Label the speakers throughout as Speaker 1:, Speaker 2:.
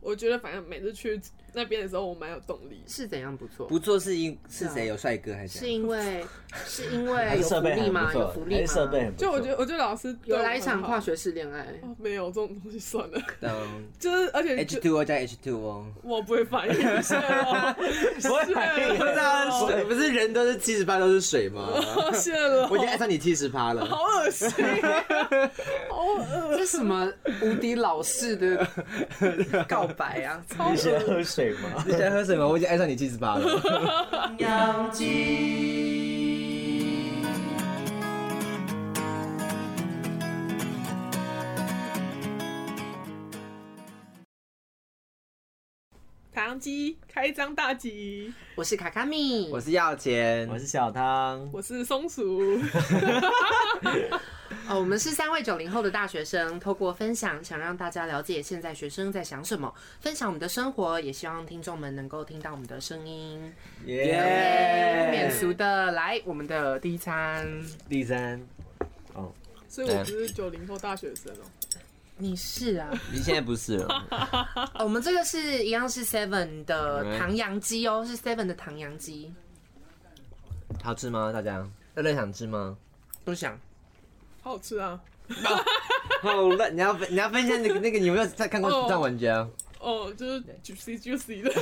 Speaker 1: 我觉得反正每次去那边的时候，我蛮有动力。
Speaker 2: 是怎样不错？
Speaker 3: 不做是因是谁有帅哥还是
Speaker 2: 啊是
Speaker 3: 怎样？
Speaker 2: 因为 是因
Speaker 4: 还
Speaker 2: 为
Speaker 4: 是
Speaker 2: 有
Speaker 4: 设
Speaker 2: 福
Speaker 4: 备
Speaker 2: 利
Speaker 4: 很不
Speaker 2: 吗？有
Speaker 4: 错
Speaker 2: 福，利
Speaker 4: 还
Speaker 2: 吗？
Speaker 4: 是设备很不错。
Speaker 1: 就我觉得，我觉得老师对
Speaker 2: 有
Speaker 1: 我
Speaker 2: 来一
Speaker 1: 很
Speaker 2: 场
Speaker 1: 好
Speaker 2: 化学式恋爱，
Speaker 1: 哦，没有这种东西算了，
Speaker 3: 嗯
Speaker 1: 就是而且
Speaker 3: ，H
Speaker 1: 就
Speaker 3: two O 加 H two 哦 O，
Speaker 1: 我不会反应，谢哦喽，
Speaker 4: 不会反
Speaker 1: 谢
Speaker 4: 应
Speaker 3: 啊
Speaker 4: 不
Speaker 1: 喽
Speaker 4: 知
Speaker 2: 哦
Speaker 4: 道
Speaker 3: 水不是人都是七十八都是 水吗？
Speaker 1: 谢喽，
Speaker 3: 我已经爱上你七十八了。
Speaker 1: 好恶 心，好恶，
Speaker 2: 这是什么无敌老式的告白啊？
Speaker 1: 好
Speaker 4: 你喜欢
Speaker 1: 恶。
Speaker 4: 喝水吗？
Speaker 3: 你在喝水吗？我已经爱上你七十八 了。
Speaker 1: 唐扬鸡开张大吉，
Speaker 2: 我是卡卡米，
Speaker 3: 我是要钱，
Speaker 4: 我是小汤，
Speaker 1: 我是松鼠，
Speaker 2: 哦，我们是三位九零后的大学生，透过分享想让大家了解现在学生在想什么，分享我们的生活，也希望听众们能够听到我们的声音。
Speaker 3: 耶
Speaker 2: 免俗的，来我们的第一餐，
Speaker 4: 第三，哦，
Speaker 1: 所以我不是九零后大学生哦、
Speaker 2: 你是啊？
Speaker 3: 你现在不 是了，
Speaker 2: 哦我们这个是一样是 Seven 的
Speaker 3: 嗯
Speaker 2: 唐扬鸡哦，是 Seven 的唐扬鸡。
Speaker 3: 好吃吗？大家乐乐想吃吗？
Speaker 2: 不想，
Speaker 1: 好好吃啊！
Speaker 3: 好了，你要分你要分享那个那个，你有没有在看过
Speaker 1: 哦
Speaker 3: 《战玩家》？
Speaker 1: 哦，就是 juicy juicy 的，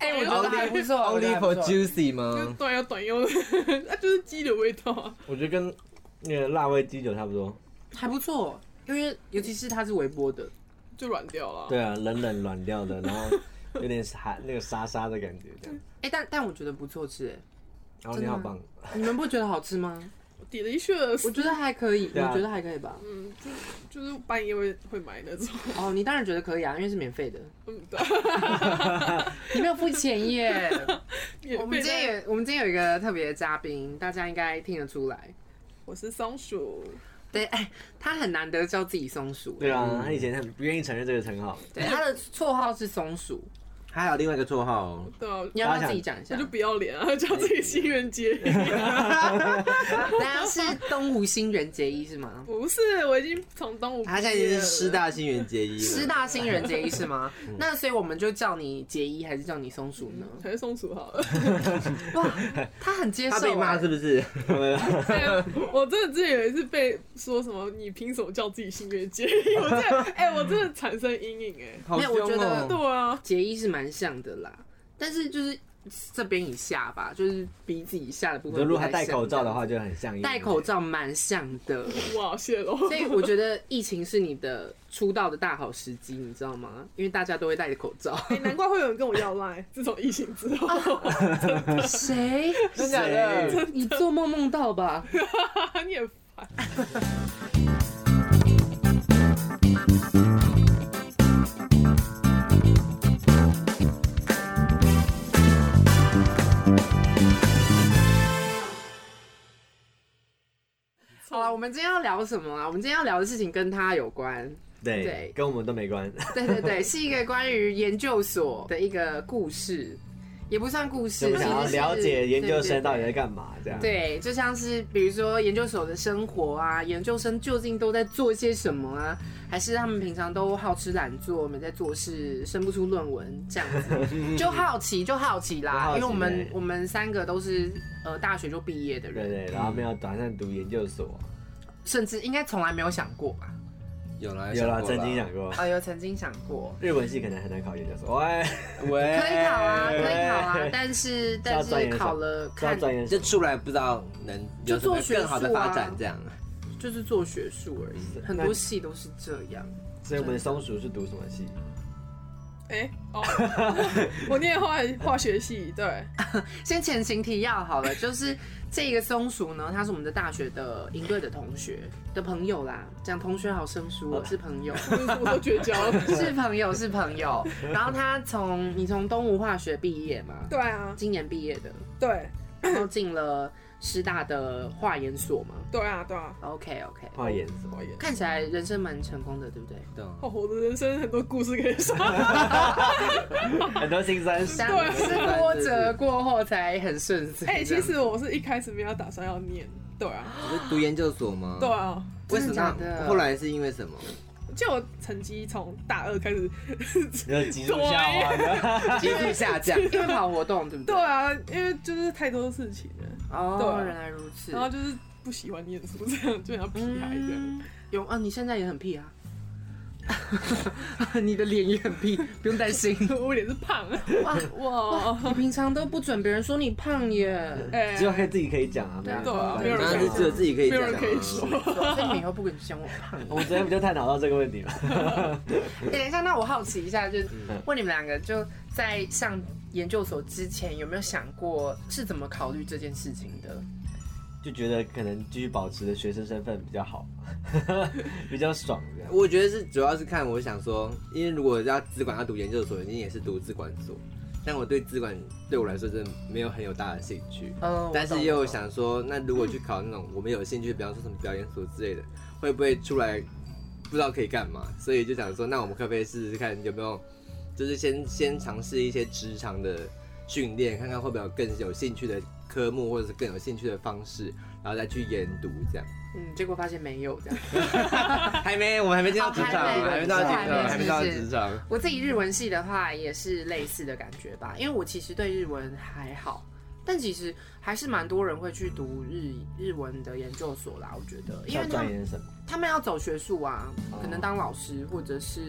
Speaker 2: 哎、我觉得还不错，哦我
Speaker 3: Only
Speaker 2: 觉得还
Speaker 3: for
Speaker 2: 不错。
Speaker 3: juicy
Speaker 1: 就是
Speaker 4: 嗯
Speaker 3: 吗？
Speaker 1: 短又短又的， 那就是鸡的味道啊。
Speaker 4: 我觉得跟那个辣味鸡酒差不多。
Speaker 2: 还不错，因为尤其是它是微波的，
Speaker 1: 就软掉了。
Speaker 4: 对啊，冷冷软掉的，然后有点沙那个沙沙的感觉，这样。
Speaker 2: 哎、但但我觉得不错吃、哎
Speaker 4: 然后你好棒，
Speaker 2: 哎，你们不觉得好吃 吗？
Speaker 1: ，delicious，
Speaker 2: 我觉得还可以，
Speaker 4: 对啊
Speaker 2: 我觉得还可以吧。
Speaker 1: 嗯，就就是半夜会会买那种，
Speaker 2: 哦，你当然觉得可以啊，因为是免费的，
Speaker 1: 嗯，对，
Speaker 2: 你没有付钱 耶。我
Speaker 1: 免
Speaker 2: 们
Speaker 1: 费
Speaker 2: 今天
Speaker 1: 的。
Speaker 2: 也，我们今天有一个特别的嘉宾，大家应该听得出来。
Speaker 1: 我是松鼠，
Speaker 2: 对，哎、他很难得叫自己松鼠，
Speaker 4: 对啊，他以前很不愿意承认这个称号，
Speaker 2: 对，他的绰号是松鼠，
Speaker 3: 还有另外一个绰号，
Speaker 1: 对啊，
Speaker 2: 你要不要自己讲一下
Speaker 1: 我就？不要脸啊，叫自己新垣结衣。
Speaker 2: 大家是东吴新人结衣是吗？
Speaker 1: 不是，我已经从东吴，
Speaker 3: 他现在已经是师，大新垣结衣了。
Speaker 2: 师大新人结衣是 吗？那所以我们就叫你结衣，还是叫你松鼠呢？
Speaker 1: 还是松鼠好了。
Speaker 2: 哇， 他很接受、欸
Speaker 3: 他被骂是不是？
Speaker 1: 啊我真的之前有一次被说什么，你凭什么叫自己新垣结衣？我真的，哎、我真的产生阴影哎、
Speaker 3: 好
Speaker 2: 没有我觉
Speaker 3: 凶
Speaker 2: 得
Speaker 3: 哦！
Speaker 1: 对啊，
Speaker 2: 结衣是蛮像的啦，但是就是这边以下吧，就是鼻子以下的部
Speaker 4: 你说
Speaker 2: 分。
Speaker 4: 如果他戴口罩的，话就很像。
Speaker 2: 戴口，罩蛮像的，
Speaker 1: 哇，谢喽。
Speaker 2: 所以我觉得疫情是你的出道的大好时机，你知道吗？因为大家都会戴着口罩。
Speaker 1: 哎难怪会有人跟我要赖，自从疫情之后，
Speaker 2: 谁？
Speaker 3: 真的假的？
Speaker 2: 你做梦梦到吧？
Speaker 1: 你很烦。
Speaker 2: 好了，我们今天要聊什么啊？我们今天要聊的事情跟他有关。对
Speaker 4: 对，跟我们都没关。
Speaker 2: 对对对，是一个关于研究所的一个故事，也不算故
Speaker 4: 就
Speaker 2: 事，
Speaker 4: 是想要
Speaker 2: 其实是
Speaker 4: 了解研究生到底
Speaker 2: 对对对
Speaker 4: 在干嘛，这样。
Speaker 2: 对，就像是比如说研究所的生活啊，研究生究竟都在做些什么啊？还是他们平常都好吃懒做，没在做事，生不出论文这样 子，
Speaker 3: 嗯
Speaker 2: 就好奇就好奇
Speaker 4: 就
Speaker 2: 啦。
Speaker 4: 好奇
Speaker 2: 因为我们
Speaker 4: 对
Speaker 2: 我们三个都是呃大学就毕业的
Speaker 4: 对
Speaker 2: 人，
Speaker 4: 对，然后没有打算读研究所，
Speaker 2: 甚至应该从来没有想过 吧？
Speaker 3: 嗯有啦
Speaker 4: 有啦，
Speaker 3: 过
Speaker 4: 曾经想过，
Speaker 2: 啊，有曾经想过，
Speaker 4: 日文系可能很难考研究所。喂，
Speaker 3: 喂，
Speaker 2: 可以考啊，可以考啊，但是但
Speaker 4: 哎是要钻
Speaker 2: 是
Speaker 4: 研什么
Speaker 2: 考了
Speaker 4: 是要
Speaker 2: 看
Speaker 4: 钻研
Speaker 3: 就出来不知道能有什么更好的
Speaker 2: 啊
Speaker 3: 发展这样。啊
Speaker 2: 就是做学术而已，很多戏都是这样。
Speaker 4: 所以我们松鼠是读什么系？
Speaker 1: 哎、哦，我念化化学系，对，
Speaker 2: 先前情提要好了，就是这个松鼠呢，他是我们的大学的营队的同学的朋友啦，讲同学好生疏、哦，是朋友，
Speaker 1: 我都绝交了。
Speaker 2: 是朋友，是朋友。然后他从你从东吴化学毕业嘛，
Speaker 1: 对啊，
Speaker 2: 今年毕业的，
Speaker 1: 对，
Speaker 2: 然后进了师大的化研所嘛。
Speaker 1: 对啊，对啊，
Speaker 2: OK OK，
Speaker 4: 化研所。
Speaker 1: 讨厌。
Speaker 2: 看起来人生蛮成功的，对不对？啊
Speaker 3: 对，
Speaker 1: 哦，我的人生很多故事可以说，
Speaker 4: 很多新三十。
Speaker 2: 但是波折过后才很顺遂。
Speaker 1: 哎、其实我是一开始没有打算要念，对啊，
Speaker 3: 你是读研究所吗？
Speaker 1: 对，啊，
Speaker 3: 为什
Speaker 2: 真的假的
Speaker 3: 么？后来是因为什么？
Speaker 1: 就我成绩从大二开始，
Speaker 4: 就是急速下滑，
Speaker 3: 急速下降。
Speaker 2: 因为跑活动对不对？
Speaker 1: 对啊，因为就是太多事情了，对
Speaker 2: 哦
Speaker 1: 啊，
Speaker 2: 原来如此。
Speaker 1: 然后就是不喜欢念书，这样就像屁孩这样。
Speaker 2: 嗯有啊，你现在也很屁啊， 你的脸也很屁，不用担 心。
Speaker 1: 我脸是胖，
Speaker 2: 哇
Speaker 1: 嗯 哇，
Speaker 2: 你平常都不准别人说你胖耶，
Speaker 1: 哎，
Speaker 4: 只有可以自己可以讲啊，没
Speaker 1: 对啊没有人
Speaker 3: 然后
Speaker 1: 讲
Speaker 3: 你只有自己可以
Speaker 1: 没有人
Speaker 3: 讲
Speaker 1: 可以
Speaker 3: 啊
Speaker 1: 说。
Speaker 2: 所以你以后不准讲我 胖。
Speaker 4: 我昨天不就探讨到这个问题吗？
Speaker 2: 哎等一下，那我好奇一下，就是问你们两个，就在上研究所之前，有没有想过是怎么考虑这件事情的？
Speaker 4: 就觉得可能继续保持的学生身份比较好， 比较爽这样。
Speaker 3: 我觉得是主要是看我想说，因为如果要资管要读研究所，你也是读资管所，但我对资管对我来说真的没有很有大的兴趣。
Speaker 2: 呃，
Speaker 3: 但
Speaker 2: 我
Speaker 3: 是
Speaker 2: 懂
Speaker 3: 又，想说，那如果去考那种我们有兴趣，比方说什么表演所之类的，会不会出来不知道可以干嘛？所以就想说，那我们可不可以试试看有没有，就是先先尝试一些职场的训练，看看会不会有更有兴趣的科目，或者是更有兴趣的方式，然后再去研读这样。
Speaker 2: 嗯，结果发现没有这样。
Speaker 3: 还没，我们还没进到
Speaker 2: 哦
Speaker 3: 职场，
Speaker 2: 还没
Speaker 3: 还没到职
Speaker 2: 还没
Speaker 3: 场，还没到
Speaker 2: 是不是
Speaker 3: 职场。
Speaker 2: 我自己日文系的话也是类似的感觉吧，因为我其实对日文还好，但其实还是蛮多人会去读日日文的研究所啦。我觉得，因
Speaker 4: 要
Speaker 2: 为他
Speaker 4: 钻
Speaker 2: 们
Speaker 4: 研什么？
Speaker 2: 他们要走学术啊
Speaker 4: 哦，
Speaker 2: 可能当老师，或者是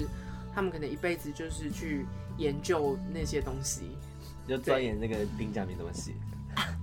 Speaker 2: 他们可能一辈子就是去研究那些东西，
Speaker 4: 就钻研那个平假名怎么写，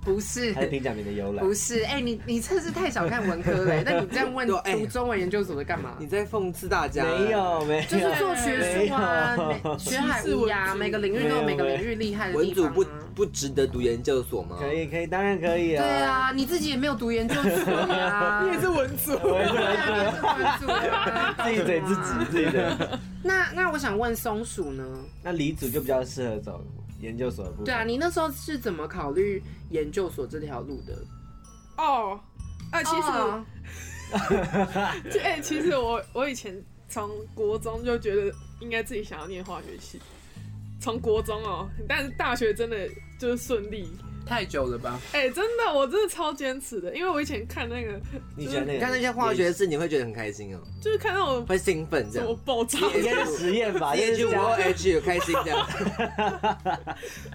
Speaker 2: 不是。
Speaker 4: 还有平假名的由来
Speaker 2: 不。是，哎、你你真是太小看文科了、那你这样问
Speaker 3: 对哎
Speaker 2: 读中文研究所的干嘛？
Speaker 3: 你在讽刺大家？啊
Speaker 4: 没，有没有，
Speaker 2: 就是做学术啊，每学海无涯，每个领域都有每个领域厉害的
Speaker 3: 文
Speaker 2: 地方、
Speaker 3: 组
Speaker 2: 啊。
Speaker 3: 不不值得读研究所吗？
Speaker 4: 可以可以，当然可以
Speaker 2: 对
Speaker 4: 啊。，
Speaker 2: 啊，你自己也没有读研究所呀、
Speaker 1: 你也是文组，
Speaker 4: 我也是
Speaker 2: 对啊，你也是关注啊，
Speaker 4: 自己嘴自己自己的。
Speaker 2: 那那我想问松鼠呢？
Speaker 4: 那李组就比较适合走研究所的部分。
Speaker 2: 对啊，你那时候是怎么考虑研究所这条路的？
Speaker 1: 哦，啊，其实
Speaker 2: 哦
Speaker 1: 就哎、其实我我以前从国中就觉得应该自己想要念化学系，从国中哦，但是大学真的就是顺利。
Speaker 2: 太久了吧？
Speaker 1: 哎、真的，我真的超坚持的，因为我以前看那个，
Speaker 4: 你喜欢那
Speaker 3: 你
Speaker 4: 个？
Speaker 3: 看那些化学式，你会觉得很开心哦，
Speaker 1: 就是看那种
Speaker 3: 会兴奋这
Speaker 1: 什么
Speaker 3: 样。
Speaker 1: 爆炸，
Speaker 4: 应该是实验哎吧，
Speaker 3: 直接去
Speaker 4: 就
Speaker 3: O H 有开心这样，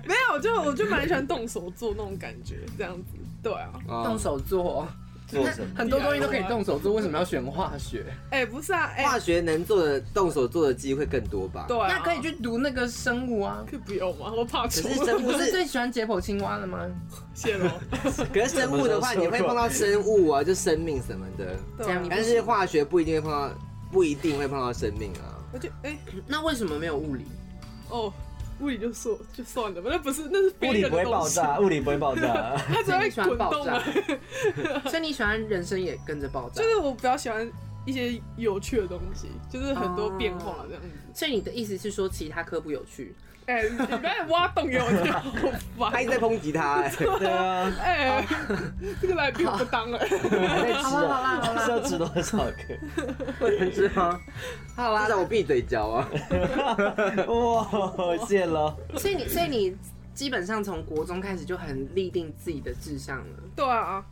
Speaker 1: 没有，我就我就蛮喜欢动手做那种感觉，这样子，对啊，
Speaker 3: 哦
Speaker 2: 动手做，
Speaker 4: 做什么？
Speaker 2: 很多东西都可以动手做，为什么要选化学？
Speaker 1: 哎、不是啊，哎、
Speaker 3: 化学能做的动手做的机会更多吧？
Speaker 1: 对、啊，
Speaker 2: 那可以，去读那个生物啊。
Speaker 1: 可以不用吗？我怕
Speaker 3: 可
Speaker 1: 丑，
Speaker 3: 是生
Speaker 2: 你不
Speaker 3: 物
Speaker 2: 是
Speaker 3: 是，
Speaker 2: 最喜欢解剖青蛙了吗？
Speaker 1: 谢喽，
Speaker 3: 可是生物的话，你会碰到生物啊，就生命什么的。
Speaker 1: 对啊
Speaker 2: 你不
Speaker 3: 但是化学不一定会碰到，不一定会碰到生命啊。
Speaker 1: 我就哎、
Speaker 2: 那为什么没有物理？
Speaker 1: 哦，物理就说就算了吧，那不是那是
Speaker 4: 物
Speaker 1: 非
Speaker 4: 理
Speaker 1: 人
Speaker 4: 不
Speaker 1: 的
Speaker 4: 会
Speaker 1: 东
Speaker 4: 爆
Speaker 1: 西，
Speaker 4: 炸，物理不会爆炸。
Speaker 1: 它只
Speaker 2: 所以
Speaker 1: 会
Speaker 2: 你喜欢
Speaker 1: 滚
Speaker 2: 爆
Speaker 1: 动
Speaker 2: 炸
Speaker 1: 啊。，
Speaker 2: 所以你喜欢人生也跟着爆炸
Speaker 1: 就。是我比较喜欢一些有趣的东西，就是很多变化这样子。
Speaker 2: 所以你的意思是说其他科不有趣？
Speaker 1: 哎、你不要挖洞给我跳，好
Speaker 3: 他
Speaker 1: 烦
Speaker 3: 一直！在抨击他、哎
Speaker 4: 对啊，
Speaker 1: 哎、这个来宾我不当了。
Speaker 4: 还在吃
Speaker 2: 好啦好啦好
Speaker 4: 哦，
Speaker 2: 啦
Speaker 4: 是要吃多少 个？
Speaker 3: 是吗？
Speaker 2: 好
Speaker 3: 至少我闭嘴嚼啊。
Speaker 4: 哇，谢喽。
Speaker 2: 所以你，所以你基本上从国中开始就很立定自己的志向了，
Speaker 1: 对啊，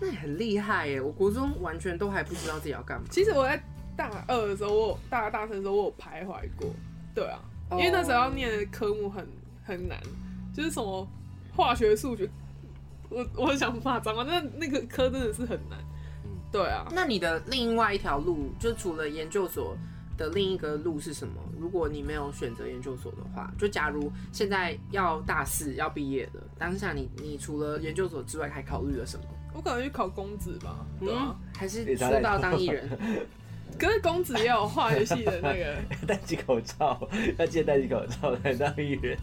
Speaker 2: 那你很厉害耶！我国中完全都还不知道自己要干嘛，
Speaker 1: 其实我在大二的时候，我有大二大三的时候，我有徘徊过。对啊，因
Speaker 2: 哦
Speaker 1: 为那时候要念的科目很很难，就是什么化学、数学，我我很想骂脏话，但那个科真的是很难。
Speaker 2: 嗯
Speaker 1: 对啊，
Speaker 2: 那你的另外一条路，就除了研究所的另一个路是什么？如果你没有选择研究所的话，就假如现在要大四要毕业了，当下你你除了研究所之外，还考虑了什么？
Speaker 1: 我可能去考公职吧。对
Speaker 2: 嗯
Speaker 1: 啊，，
Speaker 2: 还是
Speaker 4: 也差
Speaker 2: 出
Speaker 4: 太
Speaker 2: 道
Speaker 4: 多
Speaker 2: 当艺人？ 嗯
Speaker 1: 可是公职也有化学系的那个。
Speaker 4: 戴起口罩，要记得戴起口罩才当艺人。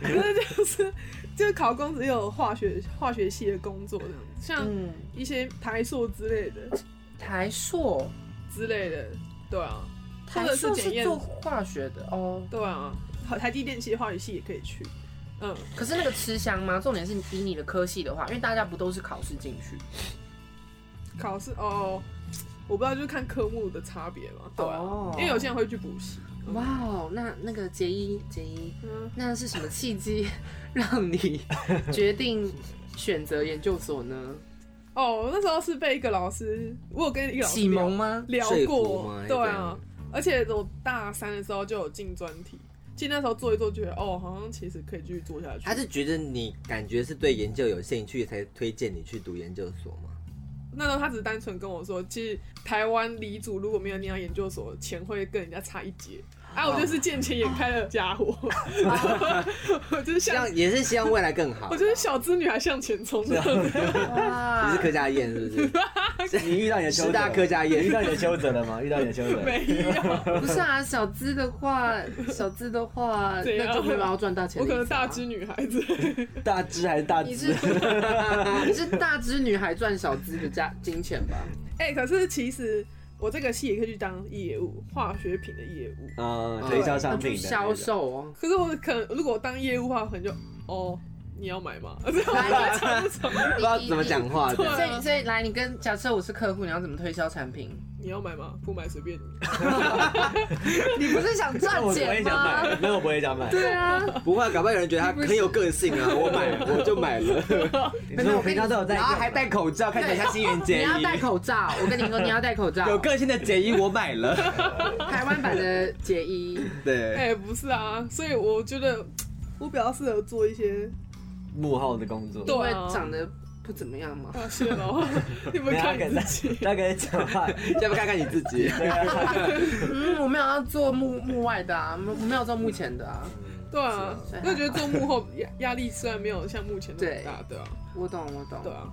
Speaker 1: 可是就是就是考公只有化学化学系的工作这样子，像
Speaker 2: 嗯，
Speaker 1: 一些台塑之类的
Speaker 2: 台硕，
Speaker 1: 之类的，对啊，或
Speaker 2: 台
Speaker 1: 者是
Speaker 2: 硕
Speaker 1: 检
Speaker 2: 是
Speaker 1: 验
Speaker 2: 做，化学的哦。
Speaker 1: 对啊，好台积电系化学系也可以去，嗯，
Speaker 2: 可是那个吃香吗？重点是以你的科系的话，因为大家不都是考试进去，
Speaker 1: 考试哦，我不知道就是看科目的差别嘛，对啊，
Speaker 2: 哦
Speaker 1: 因为有些人会去补习，
Speaker 2: 哇哦，那那个杰一杰一，
Speaker 1: 嗯，
Speaker 2: 那是什么契机 让你决定选择研究所呢？
Speaker 1: 哦，我那时候是被一个老师，我有跟一个老师
Speaker 2: 启
Speaker 1: 聊
Speaker 2: 蒙吗？
Speaker 1: 聊
Speaker 3: 说服
Speaker 1: 过
Speaker 3: 吗，
Speaker 1: 对
Speaker 3: 还是
Speaker 1: 啊
Speaker 3: 怎样，
Speaker 1: 而且我大三的时候就有进专题，其实那时候做一做，觉得哦，好像其实可以继续做下去。
Speaker 3: 他是觉得你感觉是对研究有兴趣，才推荐你去读研究所吗？
Speaker 1: 那时候他只是单纯跟我说，其实台湾理组如果没有念到研究所，钱会跟人家差一截。啊，
Speaker 3: 哦
Speaker 1: 我就是见钱眼开的家 伙， 我就是
Speaker 3: 希
Speaker 1: 向，
Speaker 3: 望也是希望未来更好。啊
Speaker 1: 我就是小资女孩向前冲这样子。
Speaker 3: 你
Speaker 2: 哇
Speaker 3: 是，柯佳燕是不是？
Speaker 4: 你遇到你的修
Speaker 3: 师大柯佳
Speaker 4: 你遇
Speaker 3: 燕，
Speaker 4: 到你的 修者了吗？遇到你的修者，
Speaker 1: 没有，
Speaker 2: 不是啊，小资的话， 小资的话，
Speaker 1: 怎样
Speaker 2: 那就没有要赚大钱
Speaker 1: 我
Speaker 2: 的意思啊。
Speaker 1: 可能大只女孩 子，
Speaker 4: 大只还是大
Speaker 2: 你
Speaker 4: 只
Speaker 2: 是？你是 大只女孩赚小资的家金钱吧？
Speaker 1: 哎、可是其实我这个系也可以去当业务，化学品的业务。
Speaker 3: 哦
Speaker 4: 嗯，推销商
Speaker 2: 对
Speaker 4: 品
Speaker 2: 那去
Speaker 4: 的那
Speaker 2: 销
Speaker 4: 种
Speaker 2: 售哦。
Speaker 1: 可是我可能如果我当业务的话，我可能就哦，你要买吗？ 这种
Speaker 2: 来
Speaker 1: 我讲不出来
Speaker 3: 不知道怎么讲话
Speaker 1: 对
Speaker 3: 的。
Speaker 2: 所以，所以来，你跟假设我是客户，你要怎么推销产品？
Speaker 1: 你要买吗？不买随便你。
Speaker 2: 你不是想
Speaker 4: 那
Speaker 2: 赚
Speaker 4: 我不
Speaker 2: 钱
Speaker 4: 会想
Speaker 2: 吗？
Speaker 4: 买，那我不会想买。
Speaker 2: 对啊，
Speaker 3: 不会啊，搞不好有人觉得他很有个性啊，我买我就买了，
Speaker 4: 你
Speaker 2: 没
Speaker 4: 说
Speaker 2: 有
Speaker 4: 我平常都有在
Speaker 3: 然
Speaker 4: 用
Speaker 3: 后
Speaker 4: 嘛，
Speaker 3: 还戴口罩，看起来像新垣
Speaker 2: 你
Speaker 3: 结
Speaker 2: 要戴
Speaker 3: 衣。
Speaker 2: 口罩。我跟你说，你要戴口罩。
Speaker 3: 有个性的结衣我买了，
Speaker 2: 台湾版的解衣，
Speaker 3: 对，
Speaker 1: 哎、不是啊，所以我觉得我比较适合做一些。
Speaker 4: 幕后的工作。
Speaker 1: 对
Speaker 2: 因为
Speaker 1: 啊
Speaker 2: 长得不怎么样嘛。
Speaker 1: 啊，谢喽，你们
Speaker 4: 没有
Speaker 1: 看你
Speaker 4: 他可能
Speaker 1: 自己。
Speaker 4: 大概讲话，
Speaker 3: 要不看看你自己？
Speaker 4: 对啊
Speaker 2: 嗯，我没有要做幕幕外的啊，我没有做幕前的啊。
Speaker 1: 对啊，
Speaker 2: 是啊
Speaker 1: 那我觉得做幕后压压力虽然没有像目前那么大，对啊，
Speaker 2: 我懂，我懂。
Speaker 1: 对啊，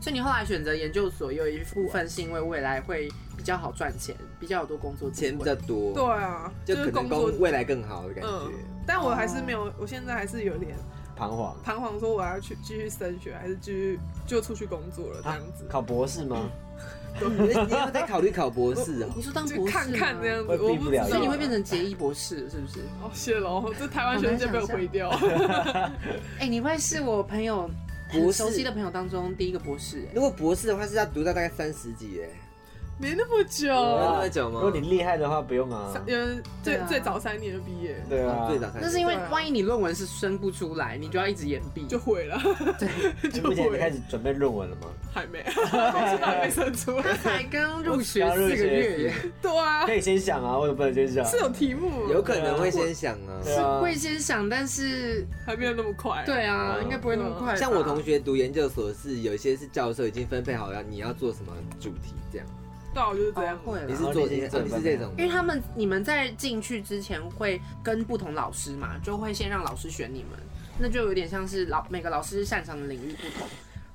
Speaker 2: 所以你后来选择研究所，有一部分是因为未来会比较好赚钱，比较有多工作机
Speaker 3: 钱比
Speaker 2: 会
Speaker 3: 较多，
Speaker 1: 对啊，
Speaker 3: 就
Speaker 1: 就是
Speaker 3: 可能
Speaker 1: 工作
Speaker 3: 工未来更好的感觉
Speaker 1: 嗯。但我还是没有，我现在还是有点
Speaker 4: 彷徨。
Speaker 1: 彷徨，说我要去继续升学，还是继续就出去工作了这
Speaker 4: 啊
Speaker 1: 样子，
Speaker 4: 考博士吗？
Speaker 3: 你你要在考虑考博士哦，
Speaker 2: 你说当
Speaker 1: 就
Speaker 2: 博士
Speaker 1: 看看这样子，
Speaker 4: 我
Speaker 1: 我
Speaker 4: 避不
Speaker 1: 知
Speaker 4: 了
Speaker 1: 道
Speaker 2: 所以你会变成结衣博士是不是？
Speaker 1: 哦，谢喽，这台湾学生就被我毁 掉，
Speaker 2: 哎、你会是我朋友很
Speaker 3: 博士
Speaker 2: 熟悉的朋友当中第一个博士、哎
Speaker 3: 如果博士的话是要读到大概三十几哎，
Speaker 1: 没那么久，
Speaker 3: 那
Speaker 4: 哇
Speaker 3: 么久吗
Speaker 4: 如果你厉害的话，不用啊。
Speaker 1: 有人最
Speaker 2: 对啊
Speaker 1: 最早三年就毕业
Speaker 4: 对啊，
Speaker 3: 最早才
Speaker 2: 那是因为
Speaker 1: 对啊
Speaker 2: 万一你论文是生不出来，你就要一直延毕。
Speaker 1: 就毁了，
Speaker 2: 对，
Speaker 4: 你
Speaker 1: 就
Speaker 4: 目前已经
Speaker 1: 毁
Speaker 4: 开
Speaker 1: 了，
Speaker 4: 始准备论文了吗？
Speaker 1: 还没， 还没生 出
Speaker 2: 他
Speaker 1: 来，
Speaker 2: 才刚入学
Speaker 4: 刚入
Speaker 2: 四
Speaker 4: 学
Speaker 2: 个月耶，
Speaker 1: 对啊
Speaker 4: 可，以先想啊，为什么不能先想？
Speaker 1: 是有题目，
Speaker 3: 有可能会先想啊。
Speaker 4: 对 啊
Speaker 2: 会先想，但是
Speaker 1: 还没有那么快、啊，
Speaker 2: 对啊，应该不会那么快吧。哦
Speaker 3: 像我同学读研究所是有一些是教授已经分配好了你要做什么主题这样，
Speaker 1: 对啊，我就是这
Speaker 2: 哦
Speaker 1: 样。
Speaker 2: 会
Speaker 3: 你
Speaker 2: 了
Speaker 3: 是。做你
Speaker 4: 然后你
Speaker 3: 是这种
Speaker 2: 因为他们你们在进去之前会跟不同老师嘛，就会先让老师选你们，那就有点像是老每个老师擅长的领域不同，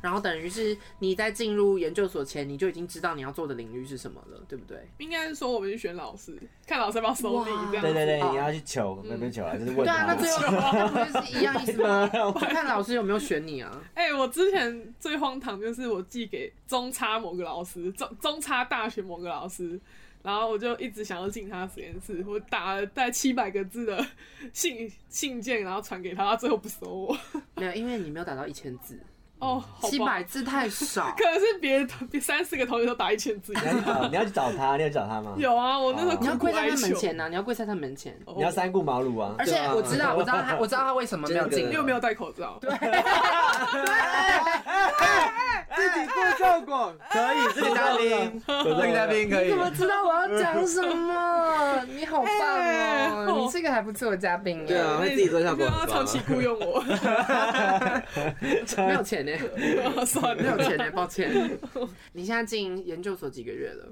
Speaker 2: 然后等于是你在进入研究所前，你就已经知道你要做的领域是什么了，对不对？
Speaker 1: 应该是说我们去选老师，看老师要不要收你
Speaker 2: 哇
Speaker 1: 这样
Speaker 4: 对
Speaker 1: 子。
Speaker 4: 对对，
Speaker 2: 哦
Speaker 4: 你要去求，那边求啊，就是问
Speaker 2: 对
Speaker 4: 他。
Speaker 2: 啊，那 最后那不就是一样意思吗？
Speaker 3: 啊
Speaker 2: 就看老师有没有选你啊。
Speaker 1: 哎、我之前最荒唐就是我寄给中差某个老师，中中差大学某个老师，然后我就一直想要进他实验室，我打了大概七百个字的信信件，然后传给他，他最后不收我。
Speaker 2: 没有，因为你没有打到一千字，
Speaker 1: 哦，好吧
Speaker 2: 七百，字 太少。
Speaker 1: 可能是别的别三四个同学都打一千字以
Speaker 4: 你要去
Speaker 1: 上。
Speaker 4: 找，你要去找他，你要去找他吗？
Speaker 1: 有啊，我那时候
Speaker 4: 哦
Speaker 1: 苦
Speaker 2: 你要
Speaker 1: 苦
Speaker 2: 跪在
Speaker 1: 哀
Speaker 2: 他门
Speaker 1: 求，
Speaker 2: 前呐、啊你要跪在他门前。
Speaker 1: 哦
Speaker 4: 你要三顾茅庐啊
Speaker 2: 而。且
Speaker 3: 对啊
Speaker 2: 我知道，我知道他，我知道他为什么没有进
Speaker 3: 真
Speaker 1: 因
Speaker 3: 的
Speaker 1: 为没有戴口罩。对，
Speaker 3: 自己做效果，
Speaker 4: 可以，这个 嘉宾，
Speaker 3: 那个嘉宾可以
Speaker 2: 你怎。么知道我要讲什么？你好棒哦、
Speaker 1: 哎
Speaker 2: 你是个还不错的嘉宾、
Speaker 3: 对啊会自己做效果
Speaker 1: 让他长期雇佣 我，
Speaker 2: 没有钱呢、
Speaker 1: 啊算
Speaker 2: 没有
Speaker 1: 了。
Speaker 2: 钱 呢、抱歉。你现在进研究所几个月了？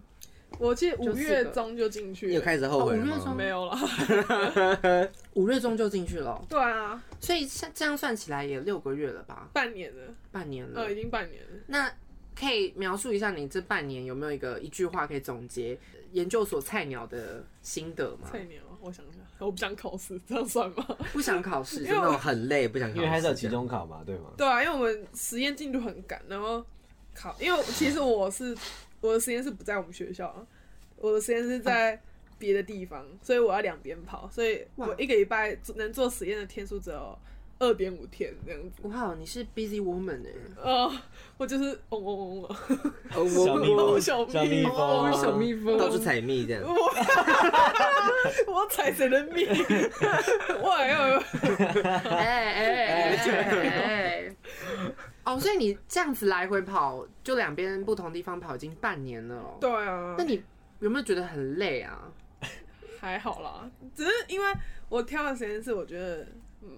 Speaker 1: 我记得
Speaker 2: 就
Speaker 1: 五
Speaker 2: 四
Speaker 1: 月
Speaker 2: 个
Speaker 1: 中就进去
Speaker 3: 你有
Speaker 1: 了，
Speaker 3: 开始后
Speaker 2: 哦我
Speaker 3: 悔了
Speaker 2: 认
Speaker 3: 吗
Speaker 2: 真？
Speaker 1: 没有 了。
Speaker 2: 五月中就进去了哦，
Speaker 1: 对啊，
Speaker 2: 所以像这样算起来也六个月了吧？
Speaker 1: 半年了，
Speaker 2: 半年了。
Speaker 1: 呃，已经半年了。
Speaker 2: 那可以描述一下你这半年有没有一个一句话可以总结研究所菜鸟的心得吗？
Speaker 1: 菜鸟，我想想，我不想考试，这样算吗？
Speaker 2: 不想 考试，
Speaker 1: 因
Speaker 3: 就
Speaker 1: 为我
Speaker 3: 那种很累，不想考试。
Speaker 4: 因为还是有期中考嘛，对吗？
Speaker 1: 对啊，因为我们实验进度很赶，然后考，因为其实我是我的实验室不在我们学校啊，我的实验室在别的地方，所以我要两边跑，所以我
Speaker 2: 哇
Speaker 1: 一个礼拜只能做实验的天数只有二点五天这样 子。
Speaker 2: 哇，你是 busy woman 哎、
Speaker 1: 呃，我就是嗡嗡嗡嗡，
Speaker 3: 哦
Speaker 4: 小蜜蜂，
Speaker 3: 我
Speaker 1: 小蜜
Speaker 4: 小蜜
Speaker 1: 蜂
Speaker 4: 蜂，
Speaker 2: 小蜜蜂
Speaker 3: 到处采蜜这样。
Speaker 1: 我踩谁的命？我还要
Speaker 2: 哎哎哎！哦，所以你这样子来回跑，就两边不同地方跑，已经半年了哦。
Speaker 1: 对啊
Speaker 2: 那，你有没有觉得很累啊？
Speaker 1: 还好啦，只是因为我挑的实验室我觉得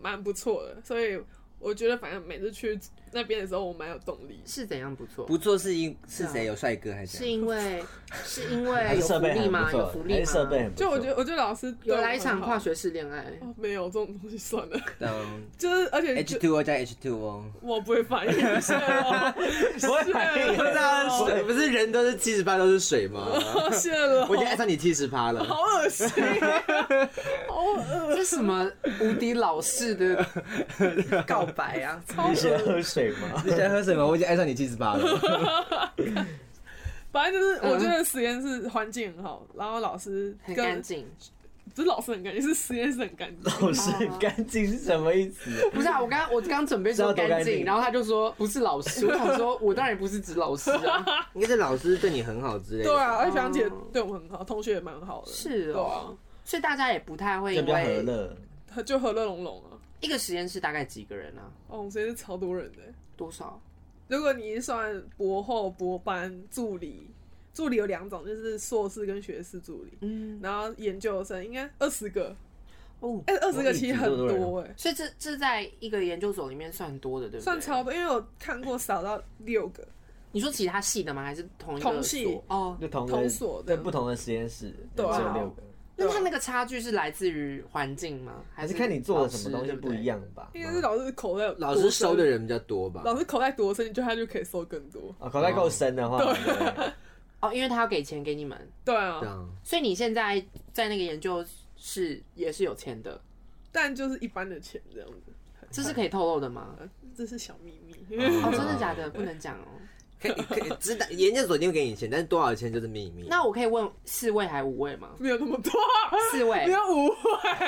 Speaker 1: 蛮不错的，所以我觉得反正每次去那边的时候我蛮有动力。
Speaker 2: 是怎样不错？
Speaker 3: 不做是因是谁有帅哥还是
Speaker 2: 是
Speaker 3: 谁？
Speaker 2: 因为是因
Speaker 4: 还
Speaker 2: 为有
Speaker 4: 是
Speaker 2: 福
Speaker 4: 设备
Speaker 2: 利
Speaker 4: 很不
Speaker 2: 吗？有
Speaker 4: 错
Speaker 2: 福，利
Speaker 4: 还
Speaker 2: 吗？
Speaker 4: 是设备很不错。
Speaker 1: 就我觉得，我觉得老师对
Speaker 2: 有
Speaker 1: 我
Speaker 2: 来一
Speaker 1: 很
Speaker 2: 场
Speaker 1: 好
Speaker 2: 化学式恋爱，
Speaker 1: 哦没有这种东西算了，
Speaker 3: 嗯
Speaker 1: 就是而且就
Speaker 3: ，H two O 加 H two O，
Speaker 1: 我不会反应，谢了，
Speaker 4: 不会反应
Speaker 1: 谢了
Speaker 3: 水不是人都是七十八都是水吗？
Speaker 1: 谢了，
Speaker 3: 我已经爱上你七十八了。
Speaker 1: 好恶心，好恶，
Speaker 2: 这是什么无敌老式的告白 啊？
Speaker 1: 超
Speaker 4: 你是
Speaker 1: 恶。
Speaker 4: 喝水吗？
Speaker 3: 你现在喝什么？我已经爱上你七十八了。
Speaker 1: 反正就是我觉得实验室环境很好，然后老师
Speaker 2: 很干
Speaker 1: 跟
Speaker 2: 净，
Speaker 1: 不是老师很干净，是实验室很干净。
Speaker 4: 老师很干净是什么意思？
Speaker 2: 不是啊？我刚我刚准备
Speaker 4: 知
Speaker 2: 说
Speaker 4: 道多
Speaker 2: 干
Speaker 4: 干
Speaker 2: 净，
Speaker 4: 净
Speaker 2: 然后他就说不是老 师，我想说我当然不是指老师啊，
Speaker 3: 应该是老师对你很好之类的。
Speaker 1: 对啊，而且香姐
Speaker 2: 哦
Speaker 1: 对我们很好，同学也蛮好的。 啊
Speaker 2: 是哦，所以大家也不太会
Speaker 4: 就
Speaker 2: 因
Speaker 4: 比较和
Speaker 2: 为
Speaker 4: 乐，
Speaker 1: 对啊，就和乐融融啊。
Speaker 2: 一个实验室大概几个人啊？
Speaker 1: 哦，我们实验室超多人的。
Speaker 2: 多少？
Speaker 1: 如果你算博后、博班、助理，助理有两种，就是硕士跟学士助理，
Speaker 2: 嗯，
Speaker 1: 然后研究生应该二十个，
Speaker 2: 哦，
Speaker 1: 哎、二十个其实很多哎、
Speaker 2: 所以这这在一个研究所里面算多的，对不对？
Speaker 1: 算超。多，因为我看过少到六个
Speaker 2: 你说其他系的吗？还是同一个
Speaker 1: 同系
Speaker 2: 所哦？
Speaker 4: 就同
Speaker 1: 同
Speaker 4: 个
Speaker 1: 所
Speaker 4: 在
Speaker 1: 的，
Speaker 4: 不同的实验室，
Speaker 1: 对啊
Speaker 4: 只有六个，
Speaker 2: 那他那个差距是来自于环境吗？还
Speaker 4: 还
Speaker 2: 是
Speaker 4: 是看你做的什
Speaker 2: 老
Speaker 4: 么东
Speaker 2: 师对
Speaker 4: 西
Speaker 2: 不
Speaker 4: 不
Speaker 2: 对
Speaker 4: 一。样吧。
Speaker 1: 应该是老师口袋
Speaker 3: 老师收的
Speaker 1: 人，
Speaker 3: 人比较多吧？
Speaker 1: 老师口袋多深，你就他就可以收更多。
Speaker 4: 啊，口袋够深的话，对
Speaker 2: 哦，因为他要给钱给你们，
Speaker 1: 对啊
Speaker 3: 这，样
Speaker 2: 所以你现在在那个研究室也是有钱的，
Speaker 1: 但就是一般的钱这样子，
Speaker 2: 这是可以透露的吗？
Speaker 1: 呃这是小秘密。
Speaker 2: 哦，真的假的？不能讲哦。
Speaker 3: 可以可以知道，研究所一定会给你钱，但是多少钱就是秘密。
Speaker 2: 那我可以问四位还五
Speaker 1: ？
Speaker 2: 位吗
Speaker 1: 没有那么多，啊
Speaker 2: 四
Speaker 1: 没
Speaker 2: 位，
Speaker 1: 有五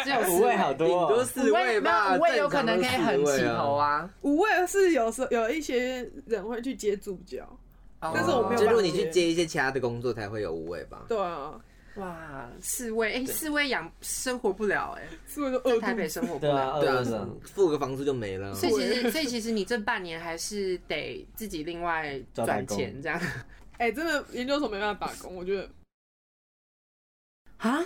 Speaker 2: 只有四
Speaker 4: 五位好
Speaker 2: 位。
Speaker 3: 顶
Speaker 4: 多
Speaker 3: 多
Speaker 4: 哦，
Speaker 3: 四位
Speaker 2: 没
Speaker 3: 吧，
Speaker 2: 有五位有可
Speaker 3: 正常
Speaker 2: 能
Speaker 3: 都
Speaker 2: 可以很
Speaker 3: 四
Speaker 2: 起
Speaker 3: 位
Speaker 2: 头啊。
Speaker 1: 五位是有时候有一些人会去接助教，
Speaker 2: 哦
Speaker 1: 但是我没有办法
Speaker 3: 就如果你去接一些其他的工作，才会有五位吧。
Speaker 1: 对啊，
Speaker 2: 哇，四位，哎，四位养生活不了，哎，
Speaker 1: 四位就
Speaker 2: 在
Speaker 1: 饿
Speaker 2: 台
Speaker 1: 肚
Speaker 2: 北
Speaker 1: 子。
Speaker 2: 生活不
Speaker 4: 对啊，
Speaker 2: 了。
Speaker 4: 二
Speaker 3: 对啊
Speaker 4: 二的，
Speaker 3: 付个房租就没了。啊
Speaker 2: 所以其实，所以其实你这半年还是得自己另外
Speaker 4: 找打
Speaker 2: 赚
Speaker 4: 工
Speaker 2: 钱这样
Speaker 1: 哎、真的研究所没办法打工，我觉得
Speaker 2: 啊？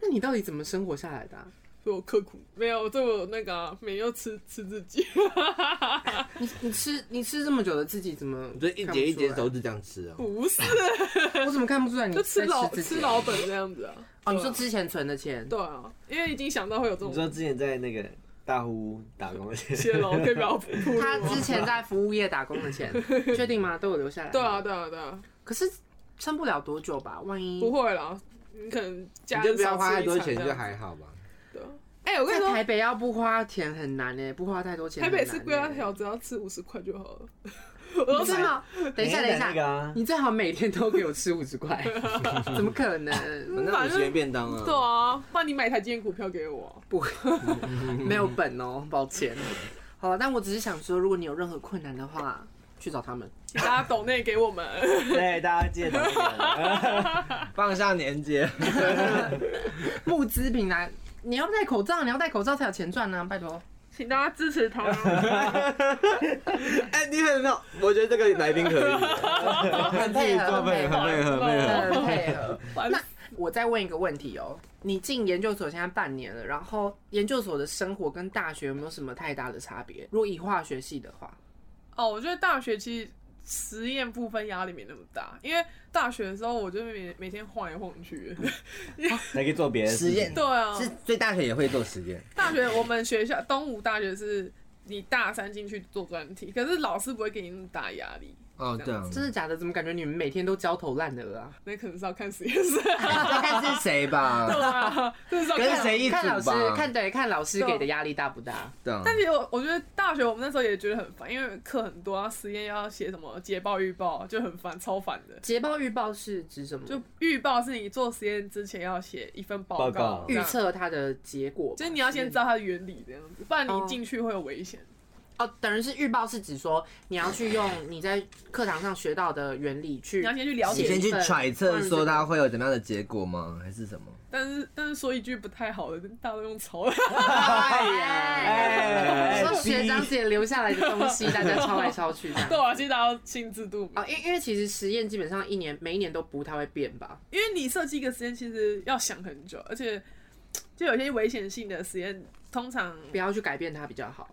Speaker 2: 那你到底怎么生活下来的啊、
Speaker 1: 对我刻苦，没有对我那个、啊、每又吃吃自己，
Speaker 2: 你你吃你吃这么久的自己怎么
Speaker 3: 你就一节一节手指这样吃哦。
Speaker 1: 不是
Speaker 2: 我怎么看不出来你
Speaker 1: 就吃老
Speaker 2: 啊在自己
Speaker 1: 吃老本这样子啊。
Speaker 2: 哦？你说之前存的钱，
Speaker 1: 对啊，因为已经想到会有这
Speaker 4: 你
Speaker 1: 种
Speaker 4: 说之前在那个大呼屋打工的时候，
Speaker 1: 泄 露，可以不要铺路
Speaker 2: 他
Speaker 1: 吗
Speaker 2: 之前在服务业打工 的钱，确定吗？都有留下来。
Speaker 1: 对啊，，对啊，对啊，
Speaker 2: 可是撑不了多久吧？万一
Speaker 1: 不会啊啦，你可能
Speaker 3: 你
Speaker 1: 家
Speaker 3: 就不要花
Speaker 1: 少吃
Speaker 3: 太
Speaker 1: 一
Speaker 3: 多
Speaker 1: 餐
Speaker 3: 钱，
Speaker 1: 这
Speaker 3: 就
Speaker 1: 样
Speaker 3: 还好吧。
Speaker 1: 对啊。哎、我跟
Speaker 2: 在
Speaker 1: 你说，
Speaker 2: 台北要不花钱很难呢，不花太多钱
Speaker 1: 台
Speaker 2: 很
Speaker 1: 北
Speaker 2: 难耶。
Speaker 1: 吃龟汤条只要吃五十块就好了。 我都
Speaker 2: 真
Speaker 1: 是
Speaker 2: 的 吗？等一下，等一
Speaker 4: 你也买那个
Speaker 2: 下，
Speaker 4: 啊，
Speaker 2: 你最好每天都给我吃五 十块，怎么可能？
Speaker 3: 反正
Speaker 1: 反
Speaker 3: 五
Speaker 1: 正
Speaker 3: 十元便当
Speaker 1: 对
Speaker 3: 啊。
Speaker 1: 啊，不然你买一台今天股票给我啊、
Speaker 2: 没有本哦，抱歉。好了，但我只是想说，如果你有任何困难的话，去找他们。
Speaker 1: 请大家抖内给我们。
Speaker 4: 对，大家记得打那个
Speaker 2: 啊
Speaker 3: 放上年节，
Speaker 2: 募资平台，你要戴口罩，你要戴口罩才有钱赚呢、啊拜托。
Speaker 1: 请大家支持他。
Speaker 3: 哎，你很妙，我觉得这个来宾可 以，哦很
Speaker 2: 配合很配合
Speaker 3: 很配合，很配合。
Speaker 2: 很配合。
Speaker 1: 烦
Speaker 2: 那我再问一个问题哦，你进研究所现在半年了，然后研究所的生活跟大学有没有什么太大的差别？如果以化学系的话，
Speaker 1: 哦，我觉得大学其实实验部分压力没那么大，因为大学的时候我就每每天晃来晃 去。
Speaker 4: 还可以做别的事
Speaker 3: 实
Speaker 4: 情
Speaker 3: 验
Speaker 1: 对啊，
Speaker 3: 是，所以大学也会做实验。
Speaker 1: 大学我们学校东吴大学是你大三进去做专题，可是老师不会给你那么大压力，
Speaker 3: 哦，
Speaker 1: 这
Speaker 3: 对啊，
Speaker 2: 真的假的？怎么感觉你们每天都焦头烂额啊？
Speaker 1: 那可能是要看实验室。啊
Speaker 3: 大概是谁吧？
Speaker 1: 对啊，这是要
Speaker 3: 跟
Speaker 1: 看。
Speaker 3: 谁一组
Speaker 2: 看老师，
Speaker 3: 吧？
Speaker 2: 看对，看老师给的压力大不大？
Speaker 3: 对啊，
Speaker 1: 但是我我觉得大学我们那时候也觉得很烦，因为课很多，然后实验要写什么捷报预报，就很烦，超烦的。
Speaker 2: 捷报预报是指什么？
Speaker 1: 就预报是你做实验之前要写一份报
Speaker 4: 报告
Speaker 1: 这
Speaker 2: 预
Speaker 1: 样
Speaker 2: 测它的结果吧，
Speaker 1: 就是你要先知道它的原理这样子，不然
Speaker 2: 哦
Speaker 1: 你进去会有危险。
Speaker 2: 哦，等于是预报是指说你要去用你在课堂上学到的原理去
Speaker 1: 你要先去了
Speaker 3: 你
Speaker 1: 解
Speaker 3: 先去揣测说
Speaker 2: 他
Speaker 3: 它会有怎么样的结果吗？还是什么？
Speaker 1: 但是但是说一句不太好的，大家都用抄的。
Speaker 4: 哎
Speaker 2: 说学长姐留下来的东西，大家抄来抄去这样
Speaker 1: 对。啊，其实大家心知肚明，
Speaker 2: 哦，因为因为其实实验基本上一年每一年都不太会变吧。
Speaker 1: 因为你设计一个实验其实要想很久，而且就有些危险性的实验，通常
Speaker 2: 不要去改变它比较好。